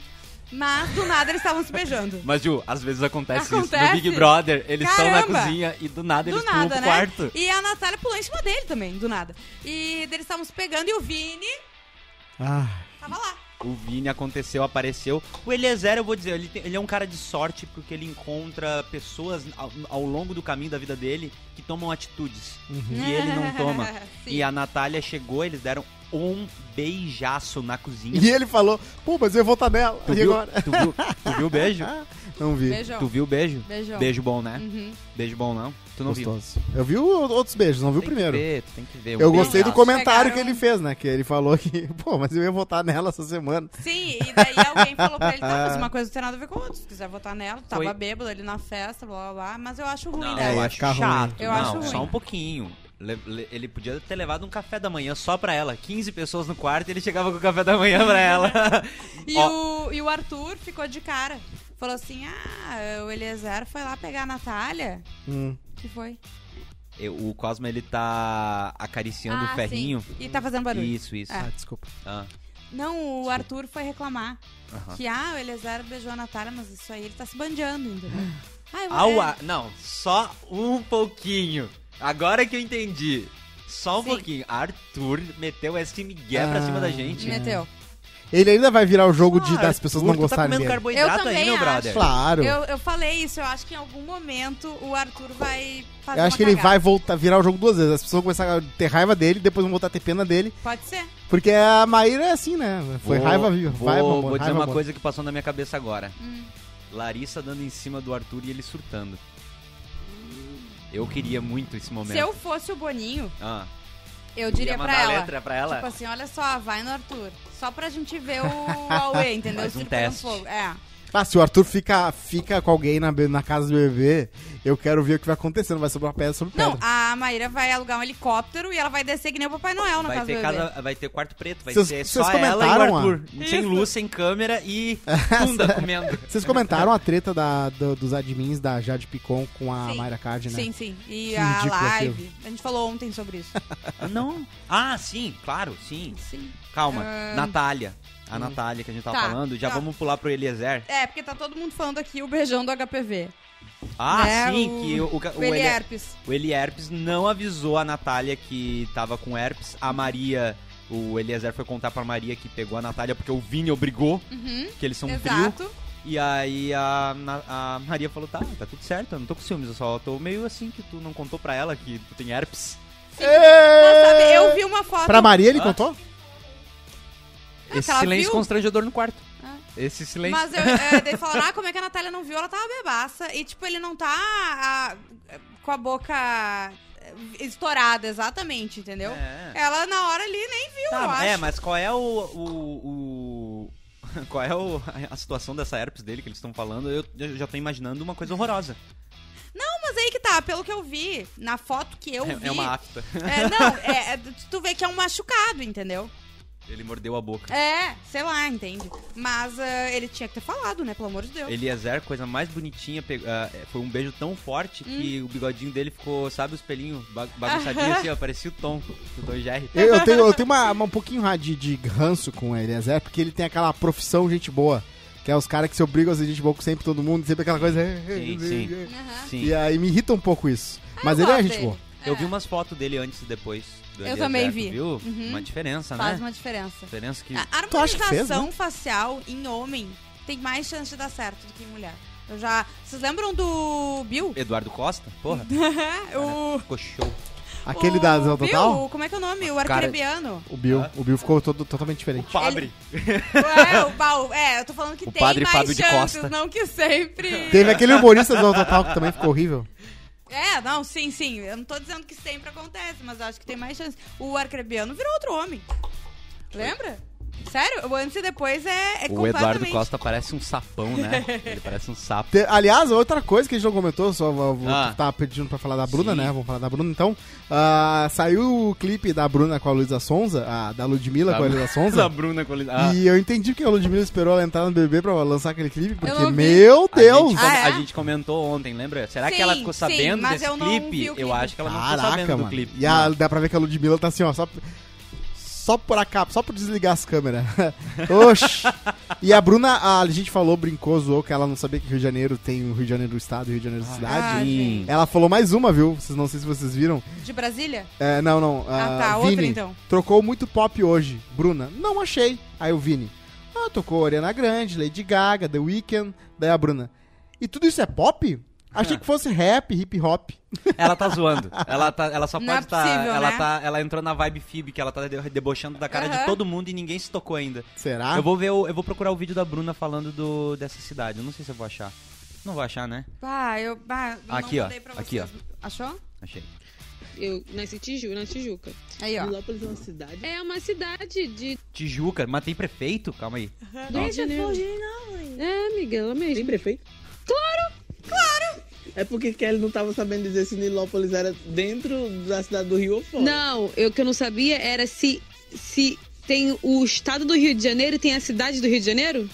B: Mas do nada eles estavam se beijando.
D: mas Ju, às vezes acontece, isso. No
B: Acontece.
D: Big Brother, eles estão na
B: Caramba.
D: cozinha e do nada
B: Do
D: eles pulam
B: nada,
D: pro
B: né?
D: quarto.
B: E a Natália pulou em cima dele também, do nada. E eles estavam se pegando e o Vini
C: Ah,
B: tava lá.
D: O Vini aconteceu, apareceu. O Eliezer, eu vou dizer, ele, tem- ele é um cara de sorte porque ele encontra pessoas ao, ao longo do caminho da
C: Uhum.
D: vida dele que tomam atitudes. E ele não toma.
B: Sim.
D: E a Natália chegou, eles deram um beijaço na cozinha.
C: E ele falou, pô, mas eu vou estar nela.
D: Tu
C: e
D: viu,
C: agora? Ah,
D: tu viu, tu viu o beijo?
C: Não vi.
B: Beijão.
D: Tu viu o beijo?
B: Beijão.
D: Beijo bom, né?
B: Uhum.
D: Beijo bom não? Tu não viu?
C: Gostoso. Eu vi o- outros beijos, não vi o
D: Tem
C: né? primeiro.
D: Que ver, tu tem que ver. um
C: Eu gostei do
D: beijaço.
C: comentário que
B: Pegaram-
C: ele fez, né? Que ele falou que, pô, mas eu ia votar nela essa semana.
B: Sim, e daí alguém falou pra ele, tá, mas uma coisa não tem nada a ver com a outra. Se quiser votar nela, tava
D: É. Foi.
B: bêbado ali na festa, blá blá blá. Mas eu acho ruim,
D: Não,
B: né?
C: É,
D: eu
C: ia
D: acho
C: ficar ruim.
D: chato.
B: Eu
D: não,
B: acho ruim.
D: só um pouquinho. Le- le- Ele podia ter levado um café da manhã só pra ela. 15 pessoas no quarto e ele chegava com o café da manhã pra ela.
B: E,
D: Ó,
B: o, e o Arthur ficou de cara. Falou assim: ah, o Eliezer foi lá pegar a Natália.
C: Hum.
B: Que foi?
D: eu- o Cosmo, ele tá acariciando
B: Ah,
D: o ferrinho.
B: sim. E tá fazendo barulho.
D: Isso, isso.
B: É.
C: Ah, desculpa.
D: Ah,
B: Não, o Arthur foi reclamar.
D: aham.
B: Que, ah, o Eliezer beijou a Natália, mas isso aí ele tá se bandeando, entendeu? Ah, eu-
D: Au,
B: é.
D: a- não, só um pouquinho. Agora que eu entendi. Só um
B: Sim.
D: pouquinho. Arthur meteu esse Miguel pra
C: Ah.
D: cima da gente.
B: Meteu.
C: Ele ainda vai virar o jogo de,
D: Ah,
C: das pessoas
D: Arthur,
C: não
D: tu tá
C: gostarem
D: comendo
C: dele.
B: Eu
D: carboidrato
B: também
D: aí, meu
B: acho.
D: brother.
C: Claro. Eu,
B: Eu, eu falei isso, eu acho que em algum momento o Arthur vai fazer
C: acho
B: uma
C: que ele vai
B: cagada.
C: voltar, virar o jogo duas vezes. As pessoas vão começar a ter raiva dele, depois vão voltar a ter pena dele.
B: Pode ser.
C: Porque a Maíra é assim, né? Foi
D: Vou-
C: raiva viva.
D: Vou,
C: vai,
D: vou
C: mamãe,
D: dizer
C: raiva,
D: uma
C: mamãe.
D: coisa que passou na minha cabeça agora.
B: Hum.
D: Larissa dando em cima do Arthur e ele surtando. Eu queria muito esse
C: É.
D: momento.
B: Se eu fosse o Boninho,
D: Ah,
B: eu
D: ia
B: diria pra
D: mandar
B: ela.
D: a letra pra ela?
B: Tipo assim, olha só, vai no Arthur. Só pra gente ver o Huawei, entendeu?
D: Faz um
B: Circo pegando
D: teste.
B: fogo. É.
C: Ah, se o Arthur fica, fica com alguém na, be- na casa do bebê, eu quero ver o que vai acontecendo. Vai sobrar pedra sobre pedra.
D: Então-
B: Não, a Maíra vai alugar um helicóptero e ela vai descer que nem o Papai Noel na
D: vai
B: casa do
D: ter,
B: bebê.
D: casa, vai ter quarto preto, vai
C: Vocês-
D: ser
C: vocês
D: só ela e
C: comentaram,
D: o Arthur. Sem luz, sem câmera e bunda comendo.
C: Vocês comentaram a treta da- do- dos admins da Jade Picon com a
B: Sim.
C: Mayra Card, né?
B: Sim, sim. E
C: Que
B: a
C: ridículo
B: live. A gente falou ontem sobre isso.
D: Não. Ah, sim, claro, sim.
B: sim. Ah.
D: Calma. Natália.
C: Hum.
D: A Natália que a gente tava
B: Tá,
D: falando. Já
B: tá.
D: vamos pular pro Eliezer.
B: É, porque tá todo mundo falando aqui o beijão do HPV.
D: Ah,
B: né?
D: sim,
B: O-
D: que o, o, é
B: O
D: o Elie-
B: Elierpes.
D: O Eli Herpes não avisou a Natália que tava com herpes. A Maria, o Eliezer foi contar pra Maria que pegou a Natália porque o Vini obrigou, que eles são um trio.
B: Uhum. Exato.
D: E aí a, Na- a Maria falou: tá, tá tudo certo, eu não tô com ciúmes, eu só tô meio assim que tu não contou pra ela que tu tem herpes.
B: Mas sabe, eu vi uma foto.
C: Pra Maria, ele
D: Ah.
C: contou?
D: Esse
B: Ah, ela
D: silêncio
B: viu?
D: constrangedor no quarto.
B: Ah.
D: Esse silêncio.
B: Mas eu, é, daí falaram, ah, como é que a Natália não viu? Ela tava bebaça. E, tipo, ele não tá ah, com a boca eh, estourada, exatamente, entendeu?
D: É.
B: Ela, na hora ali, nem viu, eu
D: Tá,
B: acho.
D: é, mas qual é o. o- o- Qual é o- a situação dessa herpes dele que eles estão falando? Eu, eu já tô imaginando uma coisa horrorosa.
B: Mas aí que tá, pelo que eu vi, na foto que eu
D: É-
B: vi...
D: é uma afta.
B: É, não, é, é, tu vê que é um machucado, entendeu?
D: Ele mordeu a boca.
B: É, sei lá, entende? Mas ah, ele tinha que ter falado, né? Pelo amor de Deus.
D: Eliezer, coisa mais bonitinha, pegou- ah, é, foi um beijo tão
B: Hum.
D: forte que o bigodinho dele ficou, sabe, os pelinhos ba- bagunçadinhos assim, ó, parecia o Tom do Tom e Jerry.
C: Eu, eu tenho, eu tenho uma, uma- um pouquinho de, de ranço com ele, Zé, porque ele tem aquela profissão gente boa. Que é os caras que se obrigam a ser gente boa com sempre todo mundo, sempre aquela coisa.
D: Sim, sim.
B: Aham.
D: Sim.
C: E aí me irrita um pouco isso. Mas
B: eu
C: ele é
B: gosto
C: gente
B: dele.
C: boa.
D: Eu vi umas fotos dele antes e depois do
B: Eu
D: Eliezer,
B: também
D: tu
B: vi.
D: viu?
B: Uhum.
D: Uma diferença,
B: Faz
D: né?
B: uma Ah. diferença.
D: Diferença que... né?
B: A
C: Tu acha que
B: harmonização
C: fez,
B: facial em homem tem mais chance de dar certo do que em mulher. Eu já. Vocês lembram do Bill?
D: Eduardo Costa? Porra,
B: o.
D: ficou show.
C: Aquele
B: o
C: da Zé Total?
B: Bill, como é que é o nome? O
D: Cara-
B: arcrebiano.
C: O Bill.
D: Ah.
C: O Bill ficou todo, totalmente diferente.
D: Fabre.
B: é, o Baú. É, eu tô falando que
D: O
B: tem
D: padre
B: mais
D: Fábio de
B: chances,
D: Costa.
B: não que sempre.
C: Teve aquele humorista do Total que também ficou horrível.
B: É, não, sim, sim. Eu não tô dizendo que sempre acontece, mas eu acho que tem mais chance. O arcrebiano virou outro homem. Lembra? Sério? O antes e depois é, é
D: O Eduardo
B: completamente-
D: Costa parece um sapão, né? Ele parece um sapo.
C: Te- aliás, outra coisa que a gente não comentou, só vou, vou-
D: Ah.
C: tu tava pedindo pra falar da Bruna,
D: Sim.
C: né? Vamos falar da Bruna então. Ah, saiu o clipe da Bruna com a Luísa Sonza, ah, da Ludmilla com a Luísa
D: Da
C: Sonza.
D: Bruna com a Luísa- Ah,
C: E eu entendi que a Ludmilla esperou ela entrar no BBB pra lançar aquele clipe, porque,
B: não vi.
C: meu
D: A
C: Deus!
D: gente,
B: Ah, é?
D: a gente comentou ontem, lembra? Será que
B: Sim,
D: ela ficou
B: sim,
D: sabendo
B: mas
D: desse
B: eu não
D: clipe?
B: vi o
D: Eu
B: clipe.
D: acho que ela não ficou
C: Caraca,
D: sabendo
C: mano.
D: do clipe.
C: E a- dá pra ver que a Ludmilla tá assim, ó, só, só por a capa, só por desligar as câmeras. Oxi! E a Bruna, a, gente falou, brincou, zoou, que ela não sabia que Rio de Janeiro tem o Rio de Janeiro do Estado e Rio de Janeiro da cidade.
B: Ah, gente.
C: Ela falou mais uma, viu? Vocês não sei se vocês viram.
B: De Brasília?
C: É, não, não.
B: Ah,
C: ah,
B: tá,
C: Vini,
B: outra então.
C: Trocou muito pop hoje. Bruna, não achei. Aí o Vini. Ah, tocou Ariana Grande, Lady Gaga, The Weeknd. Daí a Bruna. E tudo isso é pop? Achei que fosse rap, hip hop.
D: Ela tá zoando. Ela, tá, ela só
B: Não
D: pode
B: é
D: estar.
B: possível,
D: ela,
B: né?
D: tá, ela entrou na vibe Fib, que ela tá de- debochando da cara de
B: Aham.
D: todo mundo e ninguém se tocou ainda.
C: Será?
D: Eu vou ver, o- eu vou procurar o vídeo da Bruna falando do, dessa cidade. Eu não sei se eu vou achar. Não vou achar, né?
B: Pá, Ah, eu. Bah, não
D: Aqui, ó.
B: mandei Pra
D: Aqui,
B: vocês. Achou?
D: Achei.
I: Eu nasci em Tiju, na Tijuca.
B: Aí, ó.
J: Lópolis é uma cidade.
I: É uma cidade de.
D: Tijuca, mas tem prefeito? Calma aí.
I: do Rio de Janeiro.
B: um
I: É, Miguel, ela
J: Tem
I: mesmo.
J: prefeito? Claro! Claro! É porque Kelly não tava sabendo dizer se Nilópolis era dentro da cidade do Rio ou fora.
I: Não, eu que eu não sabia era se. se tem o estado do Rio de Janeiro e tem a cidade do Rio de Janeiro?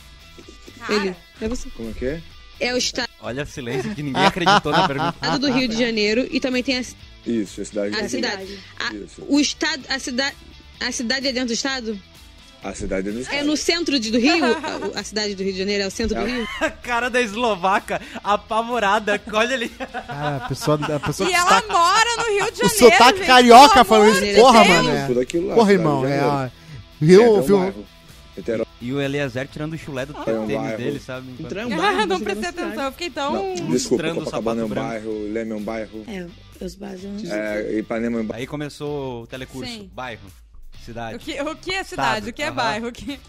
I: Ele. É você.
E: Como é que é?
I: É o estado
D: Olha o silêncio que ninguém acreditou na pergunta.
C: Ah, tá,
I: do Rio de Janeiro e também tem a,
E: Isso, a cidade.
J: É
I: a cidade. A,
E: Isso.
I: o estado. A cidade. A cidade é dentro do estado?
E: A cidade é do
I: É no centro de- do Rio? A, a cidade do Rio de Janeiro é o centro do Rio?
D: A cara da eslovaca, apavorada. Olha ali.
C: Cara, Ah, a pessoa, a pessoa
B: E
C: que
D: tá
B: ela mora no Rio de
C: O
B: Janeiro.
C: sotaque
B: gente,
C: carioca
B: pelo
C: falando
B: amor
C: isso.
I: de
C: Porra,
I: Deus.
C: mano. é.
E: Tudo aquilo lá.
C: Porra,
E: cidade
C: irmão.
E: do Rio de
C: É,
E: Janeiro.
C: ó, viu,
E: Tem até um
C: viu,
E: bairro. Niterói.
D: E o Eliezer tirando o chulé
C: Ah.
D: do
E: É um
D: tênis
E: bairro.
D: dele, sabe?
J: Entrou em um
B: Ah,
J: bairro,
B: não
J: você
B: prestei
J: vai na cidade.
B: atenção. Eu fiquei tão.
E: Não, desculpa,
D: Mostrando o
E: Copacabana é um
D: sapato branco.
E: bairro, Leme é um bairro,
J: É, os bairros não
E: é, Ipanema é um bairro.
D: Aí começou o telecurso.
B: Sim.
D: Bairro,
B: O
D: cidade.
B: que, o que é cidade? O que é
D: Aham.
B: bairro? O que...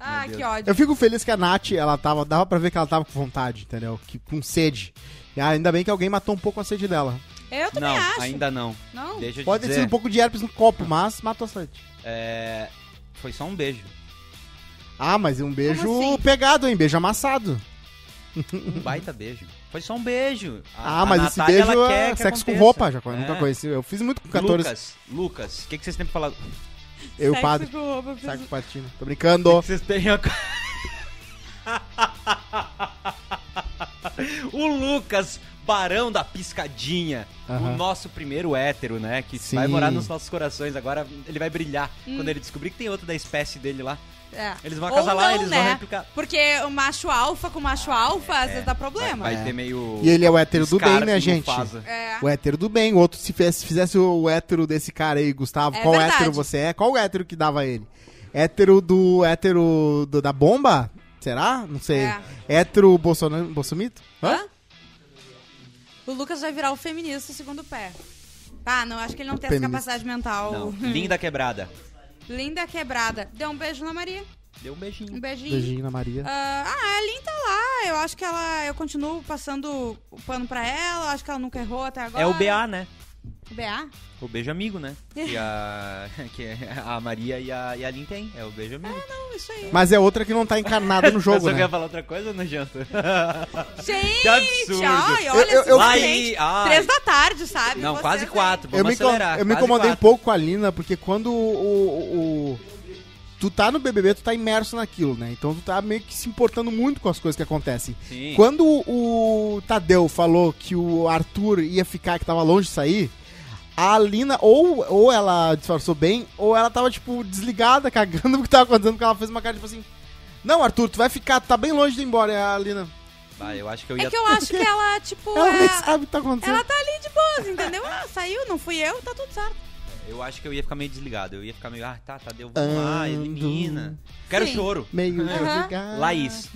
B: Ah,
D: meu
B: que
D: Deus.
B: ódio.
C: Eu fico feliz que a Nath, ela tava. Dava pra ver que ela tava com vontade, entendeu? Que, com sede. E ainda bem que alguém matou um pouco a sede dela.
B: Eu também
D: Não,
B: acho.
D: ainda não.
B: Não?
D: Deixa eu te
C: Pode ter
D: dizer.
C: sido um pouco de herpes no copo, mas matou a sede.
D: é, Foi só um beijo.
C: Ah, mas é um beijo
B: assim?
C: pegado, hein? Beijo amassado.
D: Um baita beijo. Foi só um beijo.
C: Ah,
D: a
C: mas
D: Natália,
C: esse beijo
D: ela
C: é
D: quer que
C: sexo com
D: aconteça.
C: roupa, já eu nunca
D: É.
C: conheci. Eu fiz muito com 14.
D: Lucas, Lucas, o que, que vocês têm pra falar? O que
C: eu e o
B: Sexo
C: padre.
B: com roupa, eu
C: Saco
B: preciso-
C: patina. Tô brincando.
D: vocês têm a... o Lucas, barão da piscadinha.
C: Aham.
D: O nosso primeiro hétero, né? Que
C: Sim.
D: vai morar nos nossos corações. Agora ele vai brilhar quando ele descobrir que tem outro da espécie dele lá.
B: Hum. É.
D: Eles vão
B: Ou
D: acasalar,
B: não,
D: eles
B: né?
D: vão replicar.
B: Porque o macho alfa com macho alfa, às vezes dá problema.
D: É,
B: né?
D: Vai, vai ter meio.
C: E ele é o hétero do bem,
D: Scar
C: né,
D: com
C: gente?
D: Mufasa.
B: É.
C: O hétero do bem. O outro, se fizesse, fizesse o hétero desse cara aí, Gustavo,
B: É
C: qual
B: verdade.
C: hétero você é? Qual hétero que dava ele? Hétero do. hétero do- da bomba? Será? Não sei.
B: É.
C: Hétero Bolsonaro. Bolsomito?
B: Hã? O Lucas vai virar o feminista segundo o pé. Ah, não, acho que ele não tem essa
C: Feminista.
B: capacidade mental.
D: Não, linda quebrada.
B: Linda quebrada. Dê um beijo na Maria.
D: Deu um beijinho.
B: Um beijinho.
C: Beijinho na Maria.
B: Ah, ah, a Lin tá lá. Eu acho que ela. Eu continuo passando o pano pra ela. Acho que ela nunca errou até agora.
D: É o BA, né?
B: O BA?
D: O beijo amigo, né? Que a, que a Maria e a, e a Lin tem. É o beijo amigo.
B: Não, isso aí.
C: Mas é outra que não tá encarnada no
D: Pensou
C: jogo,
D: que é eu ia
C: né?
D: falar outra coisa no janta?
B: Gente,
D: Que absurdo.
B: ai, olha
C: Eu- eu- eu-
B: esse
D: Ai,
B: gente.
D: ai.
B: Três da tarde, sabe?
D: Não,
B: Vocês,
D: quase
B: hein?
D: quatro. Vamos
C: Eu me, co-
D: acelerar.
C: eu me
D: quase
C: incomodei um
D: quatro.
C: pouco com a Lina, porque quando o- o- o tu tá no BBB, tu tá imerso naquilo, né? Então tu tá meio que se importando muito com as coisas que acontecem.
D: Sim.
C: Quando o Tadeu falou que o Arthur ia ficar, que tava longe de sair, a Lina, ou, ou ela disfarçou bem, ou ela tava, tipo, desligada, cagando o que tava acontecendo, porque ela fez uma cara, tipo assim, não, Arthur, tu vai ficar, tu tá bem longe de ir embora, e a Lina.
D: Vai, eu acho que eu ia.
B: É que eu acho que ela, tipo.
C: Ela
B: é-
C: nem sabe o que tá acontecendo.
B: Ela tá ali de boas, entendeu? Ah, saiu, não fui eu, tá tudo certo.
D: eu acho que eu ia ficar meio desligado. Eu ia ficar meio, ah, tá, tá, deu, vamos
C: Ando.
D: lá, elimina. Quero
B: Sim.
D: choro.
C: Meio
B: Aham.
C: desligada.
D: Laís.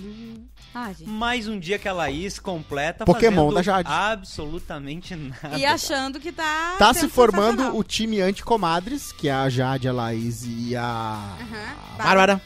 B: Ah, gente.
D: Mais um dia que a Laís completa
C: Pokémon
D: fazendo
C: da Jade.
D: absolutamente nada.
B: E achando que tá.
C: Tá
B: sendo
C: se formando
B: sensacional.
C: o time anti-comadres, que é a Jade, a Laís e a.
B: Aham.
C: a Bárbara.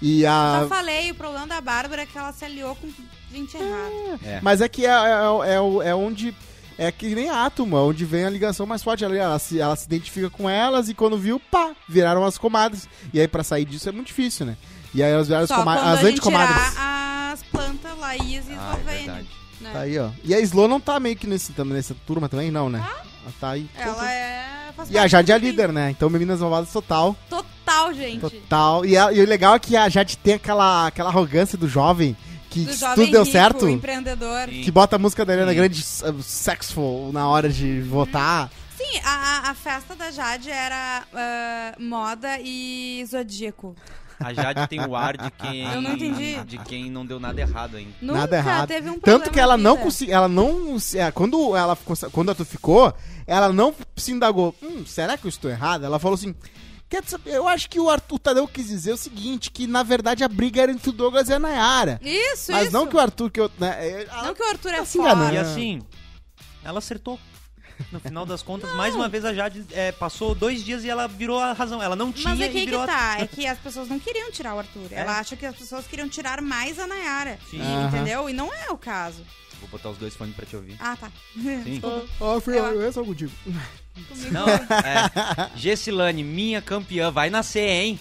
C: E
B: Já
C: a.
B: falei, o problema da Bárbara é que ela se aliou com gente errada.
D: É.
C: Mas é que é, é, é o- é onde. É que nem átomo, é onde vem a ligação mais forte. Ela, ela se, ela se identifica com elas e quando viu, pá, viraram as comadres. E aí pra sair disso é muito difícil, né? E aí elas viraram as,
B: Só
C: coma
B: quando
C: as
B: a gente
C: anticomadres.
B: tirar as plantas Laís e
D: Ah, é
B: Eslovênia.
D: verdade.
B: né?
C: Tá aí, ó. E a Slow não tá meio que nesse, tam- nessa turma também, não, né? Ela tá aí.
B: Ela é. faz
C: E a
B: parte
C: Jade é a
B: do time.
C: líder, né? Então, Meninas Malvadas total.
B: Total, gente.
C: Total. E, a- e o legal é que a Jade tem aquela, aquela arrogância do jovem, que
B: Do
C: se
B: jovem
C: tudo deu
B: rico,
C: certo,
B: empreendedor.
D: Sim.
C: que bota a música da Ariana
D: Sim.
C: Grande uh, sexual na hora de
B: Uhum.
C: votar.
B: Sim, a, a- a festa da Jade é era ah, moda e zodíaco.
D: A Jade tem o ar de quem.
B: Eu não entendi.
D: De quem não deu nada errado ainda.
B: Nunca
C: Nada errado.
B: teve um
C: Tanto
B: problema
C: que ela
B: na
C: não
B: vida.
C: conseguiu. Ela não. se- é, Quando ela ficou, quando a tu ficou, ela não se indagou. Hum, será que eu estou errada? Ela falou assim. Quer saber? Eu acho que o Arthur Tadeu quis dizer o seguinte, que na verdade a briga era entre o Douglas e a Nayara.
B: Isso,
C: Mas
B: isso.
C: não que o Arthur... Que eu, né,
B: Não que o Arthur é
C: Tá se
B: foda.
C: enganando.
D: E assim, ela acertou. No final das contas, mais uma vez a Jade é, passou dois dias e ela virou a razão. Ela não tinha
B: Mas é
D: e
B: que,
D: virou
B: que
D: a-
B: tá, é que as pessoas não queriam tirar o Arthur.
D: É?
B: Ela acha que as pessoas queriam tirar mais a Nayara.
D: Sim.
C: Aham.
B: Entendeu? E não é o caso.
D: Vou botar os dois fones pra te ouvir.
B: Ah, tá.
D: Sim.
C: Ó, fui
B: Ela-
C: eu, é só contigo.
B: Comigo.
D: Não, é. Gessilane, minha campeã, vai nascer, hein?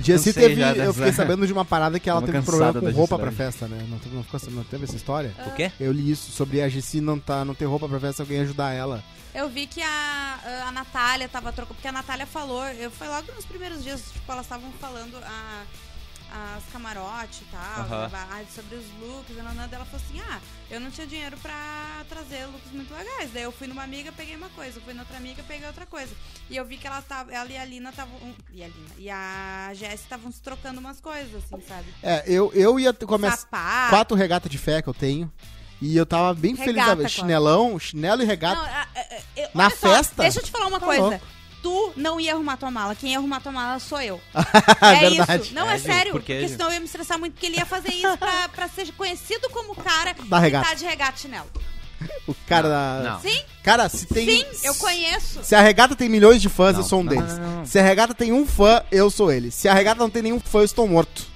C: Dia C
D: Cansei
C: teve,
D: já
C: eu
D: dessa-
C: fiquei sabendo de uma parada que ela
D: Tô
C: teve um
D: cansado
C: problema com
D: da
C: roupa pra
D: Gislaine.
C: festa, né? Não teve, não ficou- não teve essa história?
D: O quê?
C: Eu li isso sobre a Gessi não, tá, não ter roupa pra festa, alguém ajudar ela.
B: Eu vi que a, a Natália tava trocando, porque a Natália falou, eu foi logo nos primeiros dias, tipo, elas estavam falando a, as camarote e tal,
D: Aham.
B: blá, blá, sobre os looks, e nanana, ela falou assim, ah, eu não tinha dinheiro pra trazer looks muito legais. Daí eu fui numa amiga, peguei uma coisa, eu fui noutra amiga, peguei outra coisa. E eu vi que ela tava, ela e a Lina estavam. E a Lina, e a Jéssica estavam se trocando umas coisas, assim, sabe?
C: É, eu, eu ia ter- começar.
B: Sapato.
C: Quatro regatas de fé que eu tenho. E eu tava bem feliz.
B: Regata,
C: sabe?
B: claro.
C: Chinelão, chinelo e regata.
B: Não, a- a- eu-
C: Na
B: olha só,
C: festa?
B: Deixa eu te falar uma
C: Tá
B: coisa.
C: louco.
B: Tu não ia arrumar tua mala. Quem ia arrumar tua mala sou eu. é
C: verdade.
B: isso. Não, é,
D: É, Ju,
B: sério.
D: por quê,
B: porque
D: Ju?
B: senão eu ia me estressar muito. Porque ele ia fazer isso pra, pra ser conhecido como o cara
C: Da regata.
B: que tá de regata e chinelo.
C: O cara da.
D: Não.
B: Sim,
C: Cara, se tem.
B: tá- sim, eu conheço.
C: Se a regata tem milhões de fãs, eu sou um
D: não,
C: deles.
D: não, não, não.
C: Se a regata tem um fã, eu sou ele. Se a regata não tem nenhum fã, eu estou morto.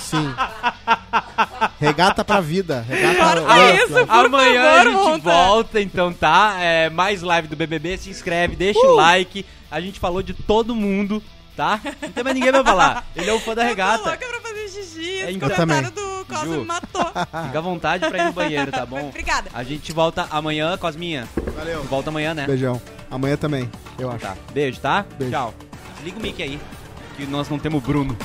C: Sim. Regata pra vida. Regata
B: é
D: Ah,
C: Love, love.
D: Amanhã a gente volta, então tá? É, mais live do BBB, se inscreve, deixa
B: Uh!
D: o like. A gente falou de todo mundo, tá? Não tem mais ninguém pra falar. Ele é o fã da
B: Eu tô
D: regata.
B: louca pra fazer xixi.
D: É,
B: Esse tá
D: então-
B: comentário
C: Eu
B: do Cosme
D: Ju.
B: me matou.
D: Fica à vontade pra ir no banheiro, tá bom?
B: Obrigada.
D: A gente volta amanhã, Cosminha. Valeu. Volta amanhã, né?
C: Beijão. Amanhã também, eu acho.
D: Tá. Beijo, tá?
C: Beijo.
D: Tchau. Desliga o mic aí, que nós não temos o Bruno.